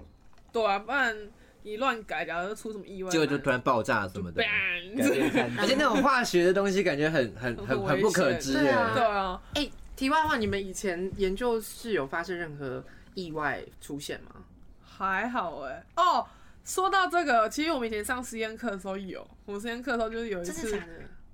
Speaker 1: 对啊，不然你乱改，假如出什么意
Speaker 2: 啊
Speaker 1: 外，
Speaker 3: 结果就突然爆炸什么的。
Speaker 4: 改
Speaker 1: bang，
Speaker 4: 变看法
Speaker 3: 而且那种化学的东西感觉很很
Speaker 1: 很
Speaker 3: 很
Speaker 1: 危险
Speaker 3: 很不可知
Speaker 2: 对
Speaker 1: 对
Speaker 2: 啊
Speaker 3: 哎。
Speaker 1: 啊，
Speaker 2: 哎、题外话，你们以前研究室有发生任何意外出现吗？
Speaker 1: 还好哎、哦，说到这个，其实我们以前上实验课的时候有，我们实验课的时候就是有一次
Speaker 2: 的？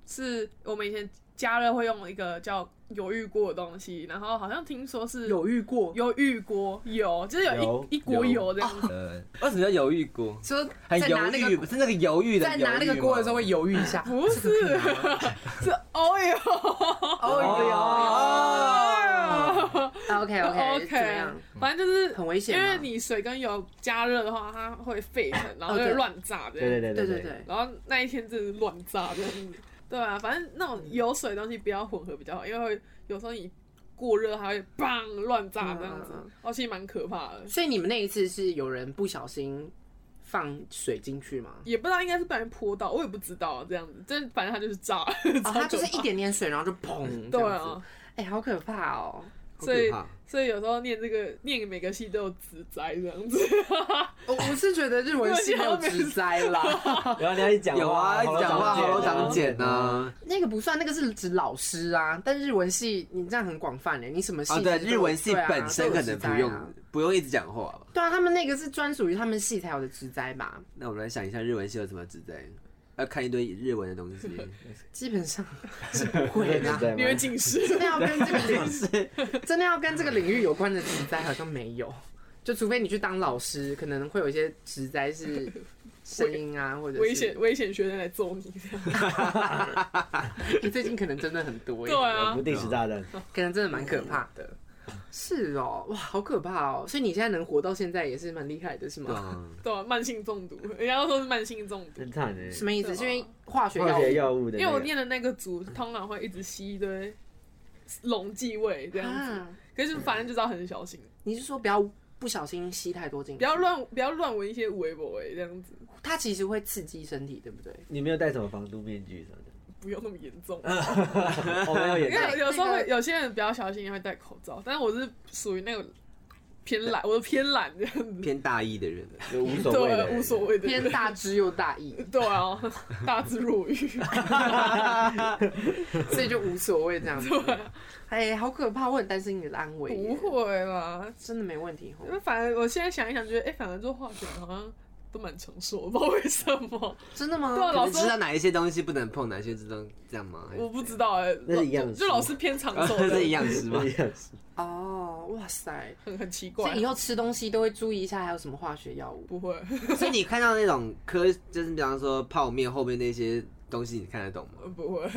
Speaker 1: 是我们以前加热会用一个叫犹豫锅的东西，然后好像听说是
Speaker 2: 有遇过？
Speaker 1: 犹豫锅，有就是有
Speaker 4: 有
Speaker 1: 一一锅油这样子。
Speaker 3: 呃，为什么叫犹豫锅？
Speaker 2: 说
Speaker 3: 很
Speaker 2: 在
Speaker 3: 犹
Speaker 2: 拿那
Speaker 3: 豫，
Speaker 2: 个
Speaker 3: 不是那个犹豫的
Speaker 2: 在
Speaker 3: 犹豫
Speaker 2: 拿那个锅的时候会
Speaker 3: 吗
Speaker 2: 犹豫 一下。
Speaker 1: 不是，是 oil，
Speaker 2: 哦
Speaker 3: 哦，
Speaker 2: 哟，OK OK，怎么
Speaker 1: OK，
Speaker 2: 样？
Speaker 1: 反正就是
Speaker 2: 很危险
Speaker 1: 因
Speaker 2: 吗
Speaker 1: 为你水跟油加热的话，它会沸腾，然后
Speaker 2: 哦
Speaker 1: 就
Speaker 2: 对
Speaker 1: 会乱炸的。
Speaker 4: 对对对
Speaker 2: 对对
Speaker 4: 对，
Speaker 2: 对，
Speaker 1: 然后那一天真的是乱炸这样子，对啊，反正那种有水的东西不要混合比较好，因为会有时候你过热它会砰乱炸这样子
Speaker 2: 嗯嗯嗯，
Speaker 1: 哦，其实蛮可怕的。
Speaker 2: 所以你们那一次是有人不小心放水进去吗？
Speaker 1: 也不知道应该是被人泼到，我也不知道这样子，但反正它就是炸，
Speaker 2: 哦，它就是一点点水，然后就砰，
Speaker 1: 对
Speaker 2: 这样子
Speaker 1: 啊，，
Speaker 2: 哎、好可怕哦！
Speaker 3: 好
Speaker 1: 所以
Speaker 3: 可怕
Speaker 1: 所以有时候念这个念每个系都有职灾这样子，
Speaker 2: 我 我是觉得日文系没有植栽 啦，
Speaker 4: 然后你要一讲话
Speaker 3: 有啊，
Speaker 4: 喉
Speaker 3: 讲
Speaker 4: 咙
Speaker 3: 话喉
Speaker 4: 长
Speaker 3: 咙
Speaker 4: 茧
Speaker 3: 长茧，啊。
Speaker 2: 那个不算，那个是指老师啊。但日文系你这样很广泛嘞，欸你什么系
Speaker 3: 啊，
Speaker 2: 其实都
Speaker 3: 对，
Speaker 2: 有？
Speaker 3: 日文系
Speaker 2: 对啊
Speaker 3: 本身可能不用、
Speaker 2: 都有职灾啊
Speaker 3: 不用一直讲话吧。
Speaker 2: 对啊，他们那个是专属于他们系才有的职灾吧？
Speaker 3: 那我们来想一下，日文系有什么职在？要看一堆日文的东西，
Speaker 2: 基本上是不会的啊。
Speaker 4: 对
Speaker 1: 你会近视
Speaker 2: 真。的要跟这个领域，真的要跟这个领域有关的职灾好像没有，就除非你去当老师，可能会有一些职灾是声音啊，或者 是
Speaker 1: 危险。危险学生来揍你这样，
Speaker 2: 你最近可能真的很 多耶。
Speaker 1: 对啊
Speaker 4: 不，定时炸弹，
Speaker 2: 可能真的蛮可怕的。是哦，哇，好可怕哦！所以你现在能活到现在也是蛮厉害的，是吗？
Speaker 3: 对啊，
Speaker 1: 对啊，慢性中毒，人家都说是慢性中毒，
Speaker 4: 真惨哎！
Speaker 2: 什么意思？
Speaker 1: 对啊
Speaker 2: 是因为化学
Speaker 4: 化
Speaker 2: 药
Speaker 4: 学
Speaker 2: 物
Speaker 4: 药物的那个，
Speaker 1: 因为我念的那个组通常会一直吸一堆溶剂味这样子，
Speaker 2: 啊？
Speaker 1: 可是反正就是要很小心，
Speaker 2: 你是说不要不小心吸太多进去？
Speaker 1: 不要，乱不要乱闻一些微博哎这样子，
Speaker 2: 它其实会刺激身体，对不对？
Speaker 4: 你没有戴什么防毒面具什么的，
Speaker 1: 不用那么严重。
Speaker 4: 我没有
Speaker 1: 因
Speaker 4: 演。
Speaker 1: 为有时候
Speaker 2: 那
Speaker 1: 会
Speaker 2: 个
Speaker 1: 有些人比较小心也会戴口罩，但是我是属于那种偏懒，我是偏懒这样子，
Speaker 3: 偏大意的人，
Speaker 4: 就无所谓的，
Speaker 1: 对，无所。谓的人，
Speaker 2: 偏大知又 大意，
Speaker 1: 对啊，大智若 愚，
Speaker 2: 所以就无所谓这样子。哎，好可怕！我很担心你的安危
Speaker 1: 啊不
Speaker 2: 耶，
Speaker 1: 会嗯啦。
Speaker 2: 真的没问题哦
Speaker 1: 因为反正我现在想一想，觉得哎、反正做化学好像都蛮成熟，不知道为什 么。
Speaker 2: 真的吗
Speaker 1: 对？啊，老
Speaker 3: 你
Speaker 1: 师
Speaker 3: 知道哪一些东西不能碰，哪些知道这样吗？
Speaker 1: 我不知道哎、
Speaker 4: 那是一样的
Speaker 1: 就老师偏 长
Speaker 3: 啊，
Speaker 1: 寿
Speaker 3: 这
Speaker 1: 的，
Speaker 3: 是营养师吗？
Speaker 2: 哦，哇塞！
Speaker 1: 很很奇
Speaker 2: 所
Speaker 1: 怪
Speaker 2: 以以。后吃东西都会注意一下，还有什么化学药物？
Speaker 1: 不 会，
Speaker 3: 所以你看到那种科，就是比方说泡面后面那些东西，你看得懂吗？
Speaker 1: 不 会，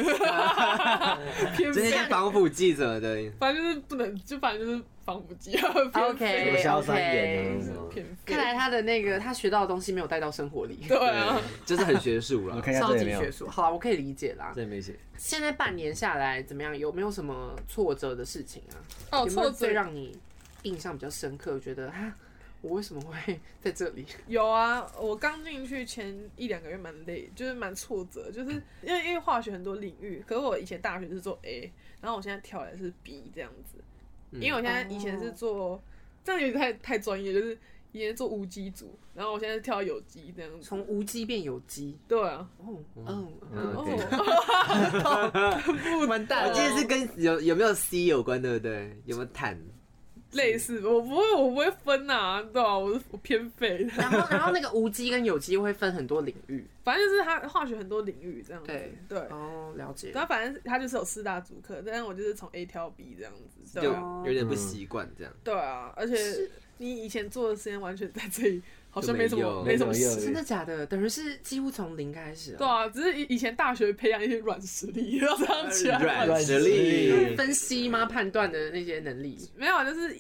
Speaker 1: 偏
Speaker 3: 就那些
Speaker 1: 偏，
Speaker 3: 防腐剂什么的，
Speaker 1: 反正就是不能，就反正就是防不 及啊。
Speaker 4: 什
Speaker 2: OK
Speaker 4: 么硝酸盐啊什
Speaker 1: 偏
Speaker 4: 么？
Speaker 1: 偏废
Speaker 2: 看来他的那个他学到的东西没有带到生活里，
Speaker 1: 对啊，
Speaker 3: 就是很学术
Speaker 4: 我
Speaker 3: 了。
Speaker 4: 看一下
Speaker 2: 超
Speaker 4: 这里
Speaker 2: 级
Speaker 4: 没有
Speaker 2: 学，术。好啦，我可以理解啦
Speaker 4: 这。里没写。
Speaker 2: 现在半年下来怎么样？有没有什么挫折的事情啊？
Speaker 1: 哦，
Speaker 2: 有没
Speaker 1: 挫
Speaker 2: 有最
Speaker 1: 折
Speaker 2: 让你印象比较深刻？觉得哈，我为什么会在这里？
Speaker 1: 有啊，我刚进去前一两个月蛮累，就是蛮挫折，就是因为因为化学很多领域，可是我以前大学是做 A，然后我现在跳来是 B 这样子，
Speaker 3: 嗯
Speaker 1: 因为我现在以前
Speaker 2: 哦
Speaker 1: 是做，这样有点太太专业，就是以前做无机组，然后我现在是跳有机这样子，
Speaker 2: 从无机变有机？
Speaker 1: 对啊，
Speaker 2: 哦，嗯，
Speaker 4: 嗯
Speaker 1: 哦，
Speaker 4: 对
Speaker 2: 完蛋
Speaker 3: 我
Speaker 2: 了
Speaker 3: 记。得是跟有有没有 C 有关，对不对？有没有碳？
Speaker 1: 类似，我不会，我不会分啊，对啊，我是我偏废的，
Speaker 2: 然后，然后那个无机跟有机会分很多领域。
Speaker 1: 反正就是它化学很多领域这样子，
Speaker 2: 对
Speaker 1: 对。
Speaker 2: 哦，了解。
Speaker 1: 然后反正它就是有四大主科，但是我就是从 A 跳 B 这样子，对
Speaker 3: 就
Speaker 1: 啊。
Speaker 3: 有点不习惯这样。
Speaker 1: 对啊，而且你以前做的实验完全在这里，好像没什么
Speaker 3: 就
Speaker 1: 没
Speaker 3: 没
Speaker 1: 什么
Speaker 4: 没有
Speaker 1: 事。
Speaker 2: 真的假的？等于是几乎从零开始、哦。
Speaker 1: 对啊，只是以以前大学培养一些软实力， 然后这样起 来。
Speaker 3: 软实力
Speaker 1: 啊
Speaker 2: 分析吗？判断的那些能力，
Speaker 1: 没有，就是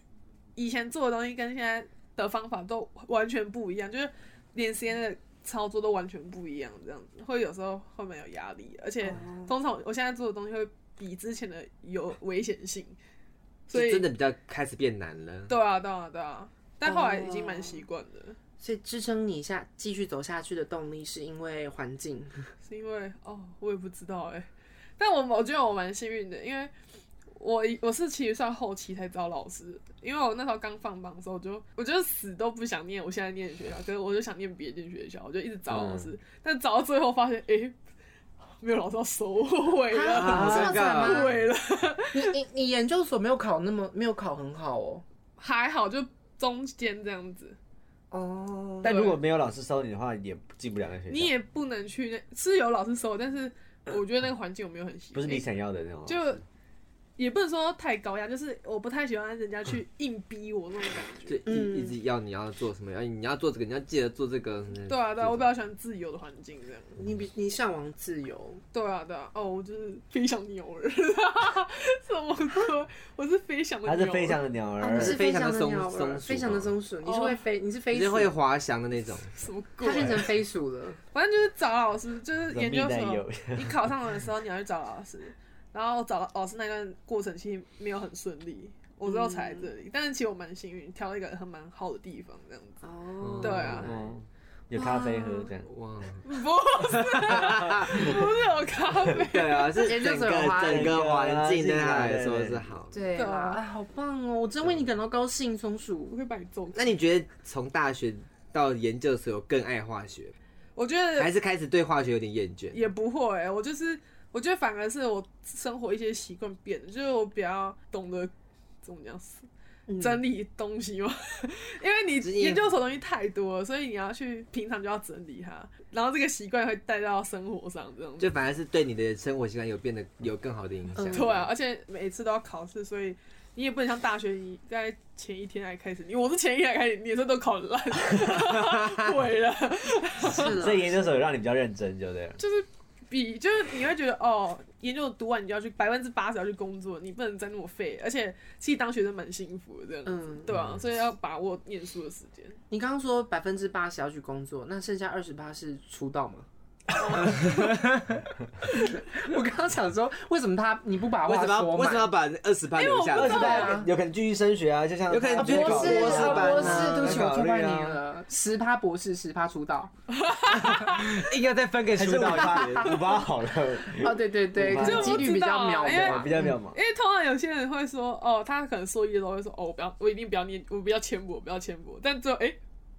Speaker 1: 以前做的东西跟现在的方法都完全不一样，就是连实验的操作都完全不一样，这样子会有时候会蛮有压力，而且通常我现在做的东西会比之前的有危险性，所
Speaker 3: 是
Speaker 1: 以
Speaker 3: 真的比较开始变难了。
Speaker 1: 对啊对啊对啊，但后来已经
Speaker 4: 哦
Speaker 1: 蛮习惯的，
Speaker 2: 所以支撑你下继续走下去的动力是因为环境。
Speaker 1: 是因为哦我也不知道哎、但我我觉得我蛮幸运的，因为。我我是其实算后期才找老师，因为我那时候刚放榜的时候，我就我就死都不想念我现在念的学校，可是我就想念别间学校，我就一直找老师，
Speaker 4: 嗯
Speaker 1: 但找到最后发现，诶，没有老师要收我尾了，
Speaker 3: 啊
Speaker 2: 这么惨
Speaker 3: 好尴
Speaker 2: 吗？
Speaker 1: 尾了，
Speaker 2: 你你你研究所没有考那么没有考很好哦。
Speaker 1: 还好就中间这样子，
Speaker 2: 哦，
Speaker 4: 但如果没有老师收你的话，也进不了那学校。
Speaker 1: 你也不能去那，是有老师收，但是我觉得那个环境我没有很喜欢，
Speaker 4: 不是你想要的那种。
Speaker 1: 就也不能说太高压，就是我不太喜欢人家去硬逼我那种感觉。
Speaker 3: 就一一直要你要做什么，要哎你要做这个，你要记得做这个。
Speaker 1: 对啊，对啊，我比
Speaker 3: 要。
Speaker 1: 较喜欢自由的环境这样。
Speaker 2: 你比你向往自由，
Speaker 1: 对啊，对啊，哦，我就是飞翔牛 人，什么歌？我是飞翔的
Speaker 4: 他
Speaker 1: 牛
Speaker 4: 是
Speaker 1: 儿，
Speaker 4: 飞翔的鸟
Speaker 2: 哦你
Speaker 4: 儿，
Speaker 2: 是飞
Speaker 3: 飞翔的
Speaker 2: 翔的
Speaker 3: 松
Speaker 2: 鸟
Speaker 3: 松
Speaker 2: 儿，
Speaker 3: 鼠
Speaker 2: 飞翔的
Speaker 3: 吧
Speaker 2: 松鼠，你是
Speaker 1: 哦
Speaker 2: 会飞，你是飞
Speaker 3: 你是
Speaker 2: 鼠，
Speaker 3: 会滑翔的那种，
Speaker 1: 什么鬼
Speaker 2: 它？变成飞鼠 了。
Speaker 1: 反正就是找老师，就是研 究所
Speaker 4: 人民男友。
Speaker 1: 你考上的时候，你要去找老师，然后找到老师那段过程其实没有很顺利，我之后才来这里。但是其实我蛮幸运，挑了一个很蛮好的地方这样子。
Speaker 2: 哦，
Speaker 1: 对啊
Speaker 4: 嗯，有咖啡喝这样。
Speaker 3: 哇！
Speaker 1: 不是有咖 啡，
Speaker 3: 对啊，是
Speaker 2: 研究
Speaker 3: 整
Speaker 2: 所
Speaker 3: 个
Speaker 2: 有花
Speaker 3: 整个环境对他来说
Speaker 4: 对对
Speaker 3: 是
Speaker 4: 对
Speaker 3: 好。
Speaker 2: 对
Speaker 1: 对
Speaker 2: 啊
Speaker 1: 啊，
Speaker 2: 哎，好棒哦！我真
Speaker 3: 啊
Speaker 2: 为你感到高兴，松
Speaker 1: 我
Speaker 2: 鼠。
Speaker 1: 会把你揍。
Speaker 3: 那你觉得从大学到研究所有更爱化学，
Speaker 1: 我觉得
Speaker 3: 还是开始对化学有点厌倦？
Speaker 1: 也不会、我就是我觉得反而是我生活一些习惯变了，就是我比较懂得怎么讲
Speaker 2: 嗯
Speaker 1: 整理东西嘛， 因为
Speaker 3: 职
Speaker 1: 你
Speaker 3: 业
Speaker 1: 研究所东西太多了，所以你要去平常就要整理它，然后这个习惯会带到生活上这样子。
Speaker 3: 就反而是对你的生活习惯有变得有更好的影响。
Speaker 2: 嗯
Speaker 1: 对啊，而且每次都要考试，所以你也不能像大学，你在前一天才开始你我是前一天才开始你也是都考得烂， 毁了。
Speaker 2: 是了
Speaker 4: 所以研究所有让你比较认真，就对了。
Speaker 1: 就是比就是你会觉得哦，研究读完你就要去百分之八十要去工作，你不能再那么废。而且其实当学生蛮幸福的这样子，
Speaker 2: 嗯
Speaker 1: 对啊，所以要把握念书的时间。
Speaker 2: 你刚刚说百分之八十要去工作，那剩下二十八是出道吗？
Speaker 3: 哦
Speaker 2: 我刚刚想说，为什么他你不把
Speaker 3: 为
Speaker 2: 话
Speaker 3: 什么要
Speaker 2: 说
Speaker 3: 为什么要
Speaker 2: 满？
Speaker 3: 把二十趴
Speaker 1: 因为我
Speaker 3: 留下
Speaker 1: 不
Speaker 3: 来
Speaker 1: 知 道？
Speaker 2: 对啊
Speaker 4: 有可能继续升学啊，就像
Speaker 3: 有可能
Speaker 4: 他
Speaker 2: 啊，
Speaker 3: 继
Speaker 2: 博
Speaker 3: 续
Speaker 2: 士，
Speaker 3: 考
Speaker 4: 在考
Speaker 3: 博士
Speaker 2: 啊
Speaker 3: 班
Speaker 2: 博
Speaker 3: 啊
Speaker 2: 士，对不起，我错
Speaker 4: 在考
Speaker 2: 怪
Speaker 4: 虑啊
Speaker 2: 你了。十趴博士，十趴出道。
Speaker 3: 硬要再分给
Speaker 4: 还
Speaker 3: 出
Speaker 4: 是五
Speaker 3: 道一
Speaker 4: 八
Speaker 3: 点。
Speaker 4: 五八好了，
Speaker 2: 哦，对对对，
Speaker 4: 这
Speaker 2: 可
Speaker 4: 我
Speaker 2: 是
Speaker 4: 不
Speaker 2: 几率
Speaker 1: 嗯知
Speaker 2: 比较
Speaker 1: 道
Speaker 2: 渺
Speaker 1: 因为
Speaker 2: 茫，
Speaker 4: 比较渺茫。
Speaker 1: 因为通常有些人会说哦，他可能硕一的时候会说哦，我不要，我一定不要念，我不要签博，不要签博。但最后哎，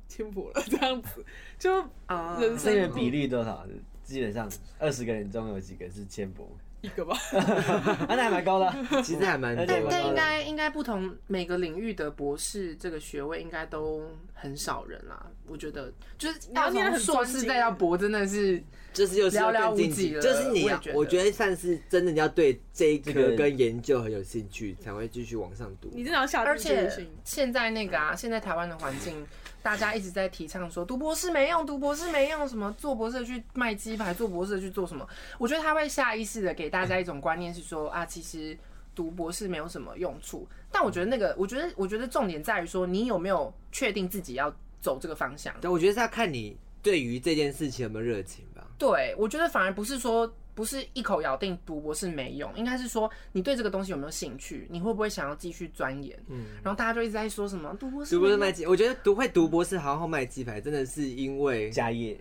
Speaker 1: 签、博了这样子，就
Speaker 2: 啊
Speaker 1: 嗯人
Speaker 4: 这
Speaker 1: 生
Speaker 4: 个比例多少？基本上二十个人中有几个是千博，
Speaker 1: 一个吧。
Speaker 4: 啊，那还蛮高的啊。
Speaker 3: 其实还蛮多
Speaker 2: 但
Speaker 4: 对
Speaker 2: 但
Speaker 4: 对
Speaker 2: 应
Speaker 3: 的。
Speaker 2: 该应该不同每个领域的博士这个学位应该都很少人啦，我觉得就是
Speaker 1: 然
Speaker 2: 要
Speaker 1: 后你也
Speaker 2: 从
Speaker 1: 很
Speaker 2: 硕
Speaker 1: 专
Speaker 2: 士
Speaker 1: 精
Speaker 2: 再到博，真的是
Speaker 3: 就是又是
Speaker 2: 寥寥
Speaker 3: 更
Speaker 2: 无
Speaker 3: 近
Speaker 2: 几了
Speaker 3: 就是你
Speaker 2: 我也
Speaker 3: 要
Speaker 2: 觉，得
Speaker 3: 我觉得算是真的，你要对这一
Speaker 4: 这
Speaker 3: 科
Speaker 4: 个
Speaker 3: 跟研究很有兴趣，才会继续往上读。
Speaker 1: 你真的要下
Speaker 2: 而
Speaker 1: 定决
Speaker 2: 且
Speaker 1: 心。
Speaker 2: 现在那个啊，现在台湾的环境，大家一直在提倡说读博士没用，读博士没用，什么做博士去卖鸡排，做博士去做什么？我觉得他会下意识的给大家一种观念是说啊，其实读博士没有什么用处。但我觉得那个，我觉得我觉得重点在于说你有没有确定自己要走这个方向。
Speaker 3: 但我觉得是要看你对于这件事情有没有热情吧。
Speaker 2: 对，我觉得反而不是说不是一口咬定读博士没用，应该是说你对这个东西有没有兴趣，你会不会想要继续钻研？嗯，然后大家就一直在说什么读博士
Speaker 3: 读博士
Speaker 2: 没
Speaker 3: 卖
Speaker 2: 用
Speaker 3: 鸡，我觉得读会读博士，然后卖鸡排，真的是因为
Speaker 4: 家业，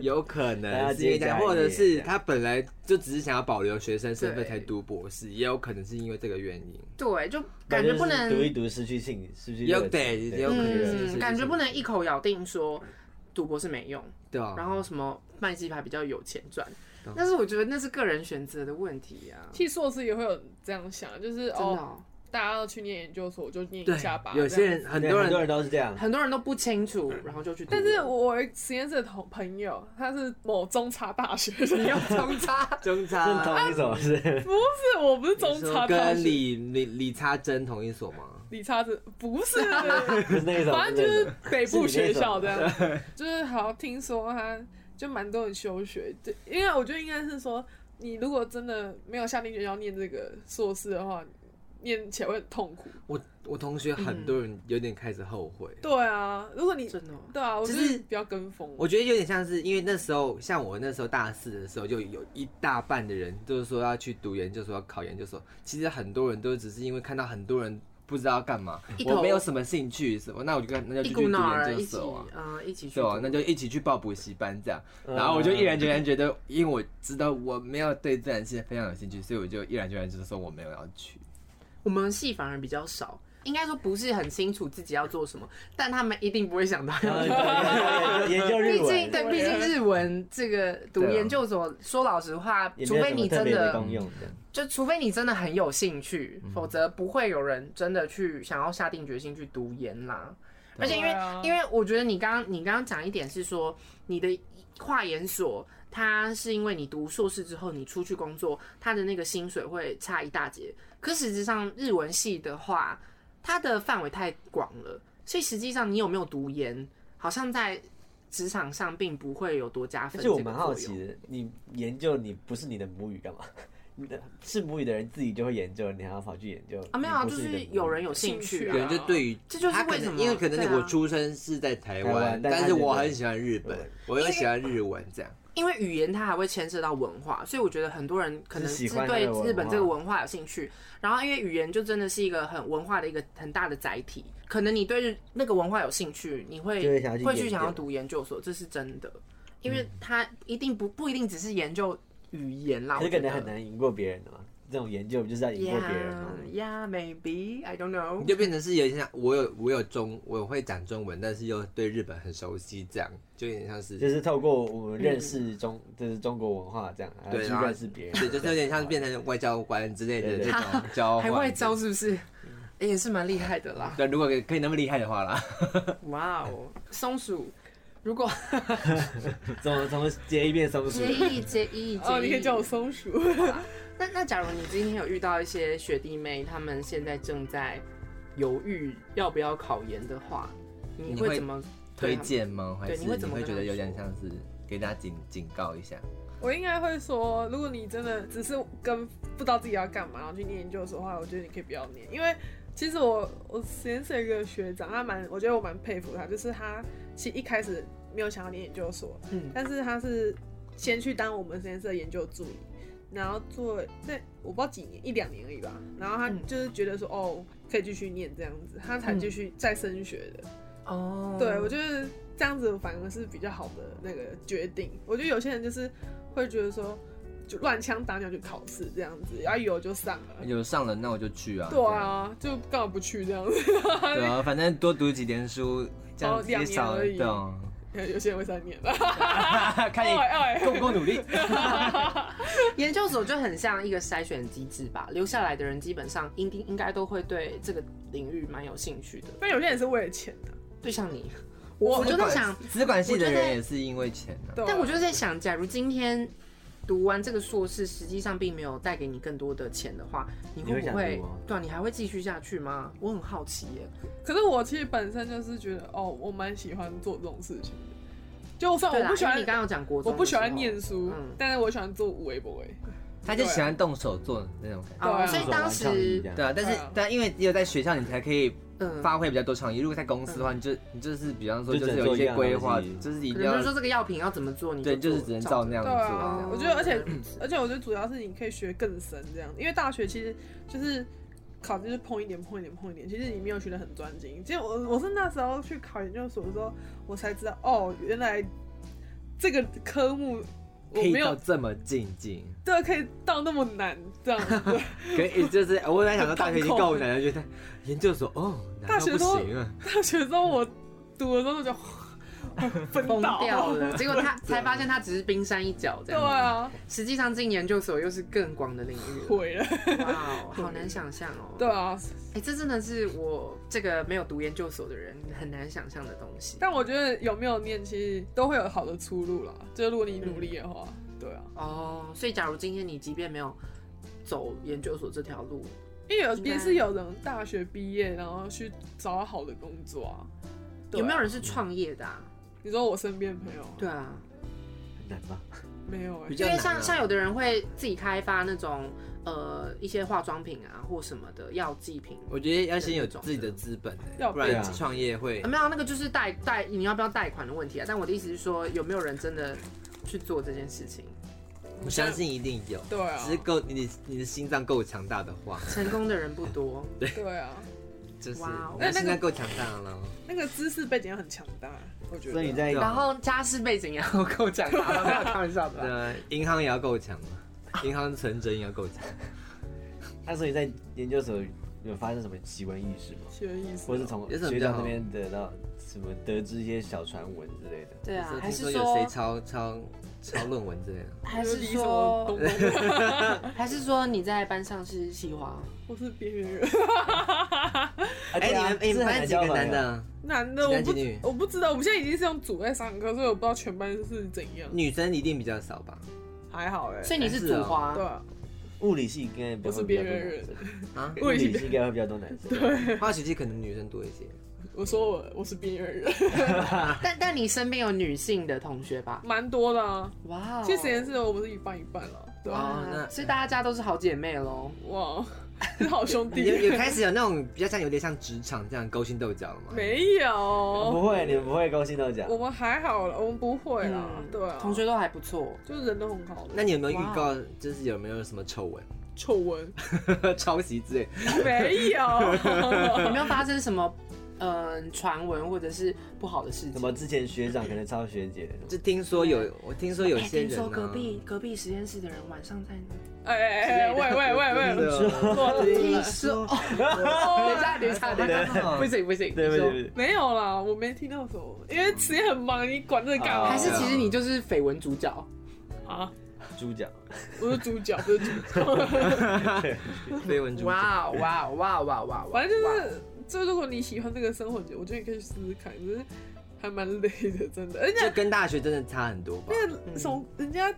Speaker 3: 有可
Speaker 4: 大家
Speaker 3: 能是因
Speaker 4: 接
Speaker 3: 为这样，
Speaker 4: 家业
Speaker 3: 或者是他本来就只是想要保留学生身
Speaker 2: 对
Speaker 3: 份才读博士，也有可能是因为这个原因。
Speaker 2: 对，就感觉不
Speaker 4: 就是读一
Speaker 2: 能，
Speaker 4: 读失去性，失去
Speaker 3: 有
Speaker 4: 热情
Speaker 3: 对有可能是是是
Speaker 2: 嗯，感觉不能一口咬定说赌博是没用，
Speaker 3: 对啊，
Speaker 4: 哦
Speaker 2: 然后什么卖鸡排比较有钱赚，但是我觉得那是个人选择的问题啊，
Speaker 1: 其实硕士也会有这样想，就是
Speaker 2: 真的
Speaker 1: 哦，
Speaker 2: 哦、
Speaker 1: 大家要去念研究所，我就念
Speaker 3: 对
Speaker 1: 一下吧。
Speaker 3: 有
Speaker 1: 这
Speaker 3: 些
Speaker 1: 样
Speaker 3: 人很
Speaker 4: 对
Speaker 3: 多
Speaker 4: 很多人
Speaker 3: 人。
Speaker 4: 都是这样。
Speaker 2: 哦很多人都不清楚，然后就去赌了，
Speaker 1: 但是我有实验室的同朋友，他是某中差大学的，
Speaker 2: 你要冲差
Speaker 3: 中
Speaker 4: 正
Speaker 3: 差
Speaker 4: 统一种是，
Speaker 1: 不是，我不是中
Speaker 3: 啊你说
Speaker 1: 差大
Speaker 3: 跟
Speaker 1: 学，
Speaker 3: 李李李差真同一所吗？
Speaker 1: 理查子不 是，
Speaker 4: 不是那一种，
Speaker 1: 反正就是北部学校
Speaker 4: 是
Speaker 1: 这样， 就是好像听说他就蛮多人休学，就因为我觉得应该是说，你如果真的没有下定决心要念这个硕士的话，念起来会很痛苦。
Speaker 3: 我我同学
Speaker 2: 嗯
Speaker 3: 很多人有点开始后悔，
Speaker 1: 对啊，如果你
Speaker 2: 真的 哦
Speaker 1: 对啊，我
Speaker 3: 只
Speaker 1: 就是是不要跟风。
Speaker 3: 我觉得有点像是因为那时候，像我那时候大四的时候，就有一大半的人就是说要去读研究所，要考研究所。其实很多人都只是因为看到很多人不知道要干嘛
Speaker 2: 一，头
Speaker 3: 我没有什么兴趣，什么那我就跟那就
Speaker 2: 一
Speaker 3: 去
Speaker 2: 股
Speaker 3: 读
Speaker 2: 脑儿
Speaker 3: 研究
Speaker 2: 一起
Speaker 3: 所啊。
Speaker 2: 嗯一起去
Speaker 3: 对啊
Speaker 4: 哦
Speaker 2: 读，
Speaker 3: 那就一起去报补习班这样，然后我
Speaker 4: 嗯
Speaker 3: 就毅然决然觉得，因为我知道我没有对自然系非常有兴趣，所以我就毅然决然就是说我没有要去。
Speaker 2: 我们系反而比较少，应该说不是很清楚自己要做什么，但他们一定不会想到
Speaker 4: 啊
Speaker 2: 要去。
Speaker 4: 嗯研究
Speaker 2: 毕
Speaker 4: 日
Speaker 2: 竟
Speaker 4: 文，
Speaker 2: 对，毕竟日文这个读
Speaker 3: 对啊
Speaker 2: 研究所，说老实话，
Speaker 4: 也
Speaker 2: 除
Speaker 4: 没有
Speaker 2: 非
Speaker 4: 什
Speaker 2: 你
Speaker 4: 么特
Speaker 2: 真
Speaker 4: 别的
Speaker 2: 的
Speaker 4: 功用的。
Speaker 2: 就除非你真的很有兴趣，
Speaker 4: 嗯
Speaker 2: 否则不会有人真的去想要下定决心去读研啦。而且因为、
Speaker 1: 对啊
Speaker 2: 因为我觉得你刚刚你刚刚讲一点是说你的跨研所，它是因为你读硕士之后你出去工作，它的那个薪水会差一大截。可实质上日文系的话，它的范围太广了，所以实际上你有没有读研，好像在职场上并不会有多加分
Speaker 4: 但
Speaker 2: 这
Speaker 4: 是
Speaker 2: 个作用。
Speaker 4: 我蛮好奇的，你研究你不是你的母语干嘛？你的是母语的人自己就会研究，你还要跑去研究
Speaker 2: 啊，没有啊，
Speaker 4: 你
Speaker 2: 就
Speaker 4: 不你的
Speaker 2: 是
Speaker 4: 母语
Speaker 2: 有人有兴趣、
Speaker 1: 对
Speaker 2: 啊，
Speaker 1: 啊
Speaker 3: 有人就对于
Speaker 2: 这就是
Speaker 3: 他可
Speaker 2: 为
Speaker 3: 能
Speaker 2: 什么
Speaker 3: 因为可能
Speaker 2: 对啊
Speaker 3: 我出生是在台
Speaker 4: 台
Speaker 3: 湾
Speaker 4: 湾，但
Speaker 3: 但
Speaker 4: 他
Speaker 3: 是
Speaker 4: 觉
Speaker 3: 我
Speaker 4: 得
Speaker 3: 很喜欢日本
Speaker 4: 对，
Speaker 3: 我又喜欢日文这样。
Speaker 2: 因为语言它还会牵涉到文化，所以我觉得很多人可能
Speaker 4: 是
Speaker 2: 是
Speaker 4: 喜欢
Speaker 2: 对
Speaker 4: 那个文化
Speaker 2: 日本这个文化有兴趣。然后因为语言就真的是一个很文化的一个很大的载体，可能你对日那个文化有兴趣，你会
Speaker 4: 就会想要去
Speaker 2: 会去
Speaker 4: 研
Speaker 2: 想要
Speaker 4: 究嗯
Speaker 2: 读研究所，这是真的，因为它一定不不一定只是研究语言啦，
Speaker 4: 可
Speaker 2: 我
Speaker 4: 是
Speaker 2: 觉
Speaker 4: 可
Speaker 2: 得
Speaker 4: 能很。难赢过别人的嘛。这种研究不就是要赢过别人哦吗？
Speaker 2: Yeah, yeah, maybe I don't
Speaker 3: 你
Speaker 2: know。
Speaker 3: 就变成是有点像我有我有中我会讲中文，但是又对日本很熟悉，这样就有点像是
Speaker 4: 就是透过我们认识中，就是中国文化这样，然后
Speaker 3: 对
Speaker 4: 去
Speaker 3: 然后
Speaker 4: 认识别人，
Speaker 3: 对，就是有点像变成外交官之类的
Speaker 4: 对对
Speaker 3: 这种交
Speaker 2: 海
Speaker 3: 换。
Speaker 2: 外招是不是？
Speaker 4: 嗯
Speaker 2: 也是蛮厉害的啦。
Speaker 3: 对，如果可以那么厉害的话啦，
Speaker 2: 哇哦，松鼠，如果
Speaker 4: 怎么怎么接一遍松鼠
Speaker 2: 结？义结义
Speaker 1: 哦，你可以叫我
Speaker 2: 松。
Speaker 1: 松鼠。
Speaker 2: 那那假如你今天有遇到一些学弟妹，他们现在正在犹豫要不要考研的话，你
Speaker 3: 你
Speaker 2: 会
Speaker 3: 会
Speaker 2: 怎么
Speaker 3: 推？荐吗？还
Speaker 2: 对
Speaker 3: 是
Speaker 2: 你会怎么
Speaker 3: 会觉
Speaker 2: 跟他
Speaker 3: 得有点
Speaker 2: 说
Speaker 3: 像是给大家警警告一下？
Speaker 1: 我应该会说，如果你真的只是跟不知道自己要干嘛，然后去念研究所的话，我觉得你可以不要念，因为其实我我实验室有一个学长，他蛮，我觉得我蛮佩服他，就是他其实一开始没有想要念研究所，
Speaker 2: 嗯
Speaker 1: 但是他是先去当我们实验室的研究助理，然后做那我不知道几年一两年而已吧，然后他
Speaker 2: 嗯
Speaker 1: 就是觉得说、哦可以继续念这样子，他才继续再升学的，
Speaker 2: 哦，
Speaker 3: 嗯
Speaker 1: 对，我觉得这样子反而是比较好的那个决定。我觉得有些人就是会觉得说，就乱枪打鸟去考试这样子，啊有就上了。
Speaker 3: 有上了那我就去啊。
Speaker 1: 对，啊，就刚好不去这样子。
Speaker 3: 对啊，反正多读几年书，这
Speaker 1: 哦
Speaker 3: 样子
Speaker 1: 两
Speaker 3: 也
Speaker 1: 年
Speaker 3: 少了
Speaker 1: 而已
Speaker 3: 对啊，
Speaker 1: 有些人会三年了，
Speaker 3: 看 你
Speaker 1: 哎
Speaker 3: 够不够努力。
Speaker 2: 研究所就很像一个筛选机制吧，留下来的人基本上应应该都会对这个领域蛮有兴趣的，
Speaker 1: 但有些人是为了钱的、
Speaker 2: 就像你，我我就在想，
Speaker 3: 资管系
Speaker 2: 我觉
Speaker 3: 的
Speaker 2: 得
Speaker 3: 人也是因为钱啊。
Speaker 1: 对啊
Speaker 2: 但我就在想，假如今天。读完这个硕士，实际上并没有带给你更多的钱的话，你
Speaker 4: 你
Speaker 2: 会
Speaker 4: 会
Speaker 2: 不
Speaker 4: 想
Speaker 2: 会
Speaker 4: 读吗
Speaker 2: 对啊？你还会继续下去吗？我很好奇耶。
Speaker 1: 可是我其实本身就是觉得，哦，我蛮喜欢做这种事情的。就算
Speaker 2: 对
Speaker 1: 我
Speaker 2: 啦
Speaker 1: 不喜
Speaker 2: 因为
Speaker 1: 欢
Speaker 2: 你，刚刚有讲国中
Speaker 1: 我
Speaker 2: 的时候，
Speaker 1: 不喜欢念书，
Speaker 2: 嗯
Speaker 1: 但是我喜欢做微博。
Speaker 3: 他
Speaker 2: 啊
Speaker 3: 就喜欢动手做的那种感觉。
Speaker 1: 对
Speaker 2: 哦，
Speaker 1: 啊
Speaker 2: 所以当
Speaker 4: 像你
Speaker 2: 时
Speaker 4: 这，样
Speaker 3: 对啊，但是
Speaker 1: 对啊
Speaker 3: 但因为只有在学校，你才可以
Speaker 2: 嗯，
Speaker 3: 发挥比较多创意。如果在公司的话，你就你就是比方说，
Speaker 4: 就
Speaker 3: 就
Speaker 4: 只能
Speaker 3: 是有一
Speaker 4: 做一
Speaker 3: 些
Speaker 4: 样的
Speaker 3: 规划，
Speaker 4: 东西
Speaker 3: 就是一
Speaker 2: 可能
Speaker 3: 定
Speaker 2: 比
Speaker 3: 要
Speaker 2: 如说这个药品要怎么做，你
Speaker 3: 对，就是
Speaker 2: 做
Speaker 3: 只能照那样做
Speaker 1: 对啊
Speaker 3: 啊。，
Speaker 1: 我觉得，而且
Speaker 2: 嗯
Speaker 1: 而且我觉得主要是你可以学更深这样，因为大学其实就是考就是碰一点碰一点碰一点，其实你没有学的很专精。其实我我是那时候去考研究所的时候，我才知道哦，原来这个科目我
Speaker 3: 可以
Speaker 1: 没
Speaker 3: 到
Speaker 1: 有
Speaker 3: 这么静静，
Speaker 1: 对可以到那么难这样 子。
Speaker 3: 可以就是我本来想说大学已经够难了，觉得研究所哦，难
Speaker 1: 大
Speaker 3: 道
Speaker 1: 学
Speaker 3: 不
Speaker 1: 都
Speaker 3: 行啊？
Speaker 1: 大学之后我读的时候就分
Speaker 2: 疯
Speaker 1: 倒
Speaker 2: 掉了。结 果他
Speaker 3: 啊
Speaker 2: 才发现他只是冰山一角，这
Speaker 1: 对
Speaker 2: 样。
Speaker 1: 啊，
Speaker 2: 实际上进研究所又是更广的领域了。
Speaker 1: 毁了。
Speaker 2: 哇哦，好难想象哦。
Speaker 1: 对，啊，
Speaker 2: 哎，这真的是我这个没有读研究所的人很难想象的东西。
Speaker 1: 但我觉得有没有念，其实都会有好的出路啦。就是如果你努力的话，对啊。
Speaker 2: 哦，所以假如今天你即便没有走研究所这条路，
Speaker 1: 因为有
Speaker 2: 应该
Speaker 1: 也是有人大学毕业，然后去找到好的工作啊。对啊
Speaker 2: 有没有人是创业的啊？
Speaker 1: 你说我身边的朋友啊，
Speaker 2: 对啊，
Speaker 4: 很难吗？
Speaker 1: 没有哎、
Speaker 3: 比
Speaker 2: 因
Speaker 3: 较
Speaker 2: 为
Speaker 3: 难、啊。
Speaker 2: 像像有的人会自己开发那种呃一些化妆品啊或什么的药剂品，
Speaker 3: 我觉得要先有自己的资本、
Speaker 1: 要
Speaker 3: 欸，不然
Speaker 4: 备
Speaker 3: 创业会
Speaker 2: 啊、没有那个就是贷贷你要不要贷款的问题啊。但我的意思是说，有没有人真的去做这件事情？
Speaker 3: 我相信一定有，
Speaker 1: 对啊
Speaker 3: 只是够你你的心脏够强大的话，
Speaker 2: 成功的人不 多，
Speaker 1: 对啊，
Speaker 3: 就是
Speaker 2: 哇哦
Speaker 3: 那
Speaker 1: 那那
Speaker 3: 心
Speaker 1: 个
Speaker 3: 脏够强大了，
Speaker 1: 那个知识背景很强大，我觉得。
Speaker 4: 所以你在
Speaker 3: 对啊
Speaker 2: 然后家世背景也要够讲大吧，没有开玩笑的啦。
Speaker 3: 那啊银行也要够强嘛，银行存折也要够强，
Speaker 4: 那所以在研究所有发生什么奇闻异事吗？
Speaker 1: 学意思，
Speaker 4: 或是从
Speaker 3: 有什么
Speaker 4: 学
Speaker 3: 比较
Speaker 4: 长
Speaker 3: 好
Speaker 4: 那边得到什么得知一些小传闻之类的？
Speaker 2: 对啊，还
Speaker 3: 听
Speaker 2: 是
Speaker 3: 说有谁
Speaker 2: 说
Speaker 3: 抄抄抄论文之 类的，
Speaker 2: 还是
Speaker 1: 什么
Speaker 2: 说
Speaker 1: 东东，
Speaker 2: 还是说你在班上是西花？
Speaker 1: 我是边缘人。
Speaker 4: 哎
Speaker 3: 哎、你们你们班几个男的？
Speaker 4: 啊
Speaker 3: 啊？
Speaker 1: 男的我
Speaker 3: 男
Speaker 1: 不
Speaker 3: 几女
Speaker 1: 我不知道，我们现在已经是用组在上课，所以我不知道全班是怎样。
Speaker 3: 女生一定比 较少吧？
Speaker 1: 还好哎、
Speaker 2: 所以你是
Speaker 3: 还是
Speaker 2: 主
Speaker 3: 哦
Speaker 2: 花
Speaker 1: 对，啊，
Speaker 4: 物理系应该不会比较多男生
Speaker 1: 不是边
Speaker 3: 啊，
Speaker 4: 物
Speaker 1: 物理系
Speaker 4: 理系应该会比较多男生。 对，
Speaker 3: 化学系可能女生多一 些，
Speaker 1: 我说我我是边缘人，
Speaker 2: 但但你身边有女性的同学吧？
Speaker 1: 蛮多的啊。
Speaker 2: 哇哦，
Speaker 1: 其实实验室我们是一半一半了，对啊，
Speaker 2: 哇
Speaker 3: 哦那
Speaker 2: 所以大家都是好姐妹喽。
Speaker 1: 哇，哦 是好兄弟
Speaker 3: 哦有。有开始有那种比较像有点像职场这样勾心斗角了吗？
Speaker 1: 没
Speaker 4: 不
Speaker 1: 有，
Speaker 4: 会，你们不会高兴到讲
Speaker 1: 我。们还好了，我们不会啦，对啊，
Speaker 2: 嗯同学都还不错。
Speaker 1: 就是人都很好的。
Speaker 3: 那你有没有预告，
Speaker 2: 哦
Speaker 3: 就是有没有什么丑闻、
Speaker 1: 丑闻
Speaker 3: 抄袭之类？
Speaker 1: 没 有，
Speaker 2: 有没有发生什么嗯传闻或者是不好的事
Speaker 4: 什么
Speaker 2: 情？
Speaker 4: 之前学长可能抄学姐的那种，
Speaker 3: 就听说有，我听说有
Speaker 2: 哎
Speaker 3: 些
Speaker 2: 听
Speaker 3: 人、啊
Speaker 2: 说隔壁隔壁实验室的人晚上在那。
Speaker 1: 哎哎哎，喂喂喂喂，
Speaker 3: 我
Speaker 2: 听说，哦等一下，等一下，等一下，不行不行，
Speaker 4: 对不
Speaker 2: 你说
Speaker 4: 对？对
Speaker 1: 没有啦，我没听到什么，因为词也很忙，你管这个干嘛？
Speaker 2: 还是
Speaker 3: 对啊
Speaker 2: 其实你就是绯闻主角，
Speaker 1: 啊，
Speaker 4: 猪脚，
Speaker 1: 我是主角，不是主角。
Speaker 3: 绯闻主角
Speaker 2: 哇哇哇哇哇！
Speaker 1: 反正就是，就如果你喜欢这个生活，我觉得你可以去试试看，就是还蛮累的，真的。人
Speaker 3: 就
Speaker 1: 家
Speaker 3: 跟大学真的差很多吧？。
Speaker 1: 什么，
Speaker 2: 嗯
Speaker 1: 人家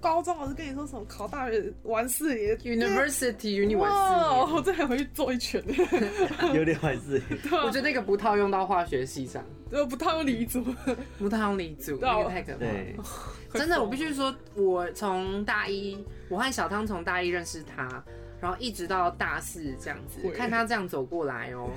Speaker 1: 高中老师跟你说什么考大学玩四年。
Speaker 2: University
Speaker 1: 哇！我
Speaker 2: University，
Speaker 1: 这还回去做一拳，
Speaker 4: 有点坏 事。
Speaker 2: 我觉得那个不套用到化学系上，
Speaker 1: 就不太用理组。
Speaker 2: 不套用理组，
Speaker 1: 对啊
Speaker 2: 那个太可怕。了。
Speaker 4: 对，
Speaker 2: 真的，我必须说，我从大一，我和小汤从大一认识他，然后一直到大四这样子
Speaker 1: 会，
Speaker 2: 看他这样走过来哦，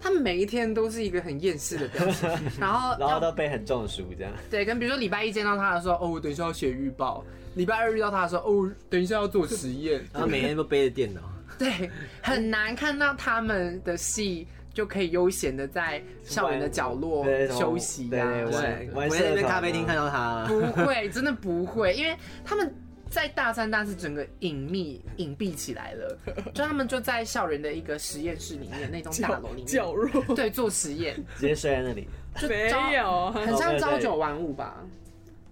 Speaker 2: 他每一天都是一个很厌世的表 情，然后
Speaker 4: 然后
Speaker 2: 要
Speaker 4: 都被很中暑这样。
Speaker 2: 对，跟比如说礼拜一见到他的时候，哦，我等一下要写预报；礼拜二遇到他的时候，哦，等一下要做实验
Speaker 3: 然后每天都背着 电脑，
Speaker 2: 对，很难看到他们的戏就可以悠闲的在校园的角落
Speaker 4: 对什么
Speaker 2: 休息啊
Speaker 4: 对
Speaker 2: 什么
Speaker 4: 玩
Speaker 2: 的
Speaker 3: 对，我
Speaker 4: 玩
Speaker 3: 在
Speaker 4: 社
Speaker 3: 那边
Speaker 4: 团
Speaker 3: 咖啡厅
Speaker 4: 啊
Speaker 3: 看到他，
Speaker 2: 不会，真的不会，因为他们在大三、大四整个隐秘隐蔽起来 了，就他们就在校园的一个实验室里面，那栋大楼里面，
Speaker 1: 较弱，
Speaker 2: 对，做实 验，
Speaker 4: 直接睡在那里。
Speaker 2: 就
Speaker 1: 没
Speaker 2: 朝
Speaker 1: 有，
Speaker 2: 很像朝九晚五吧。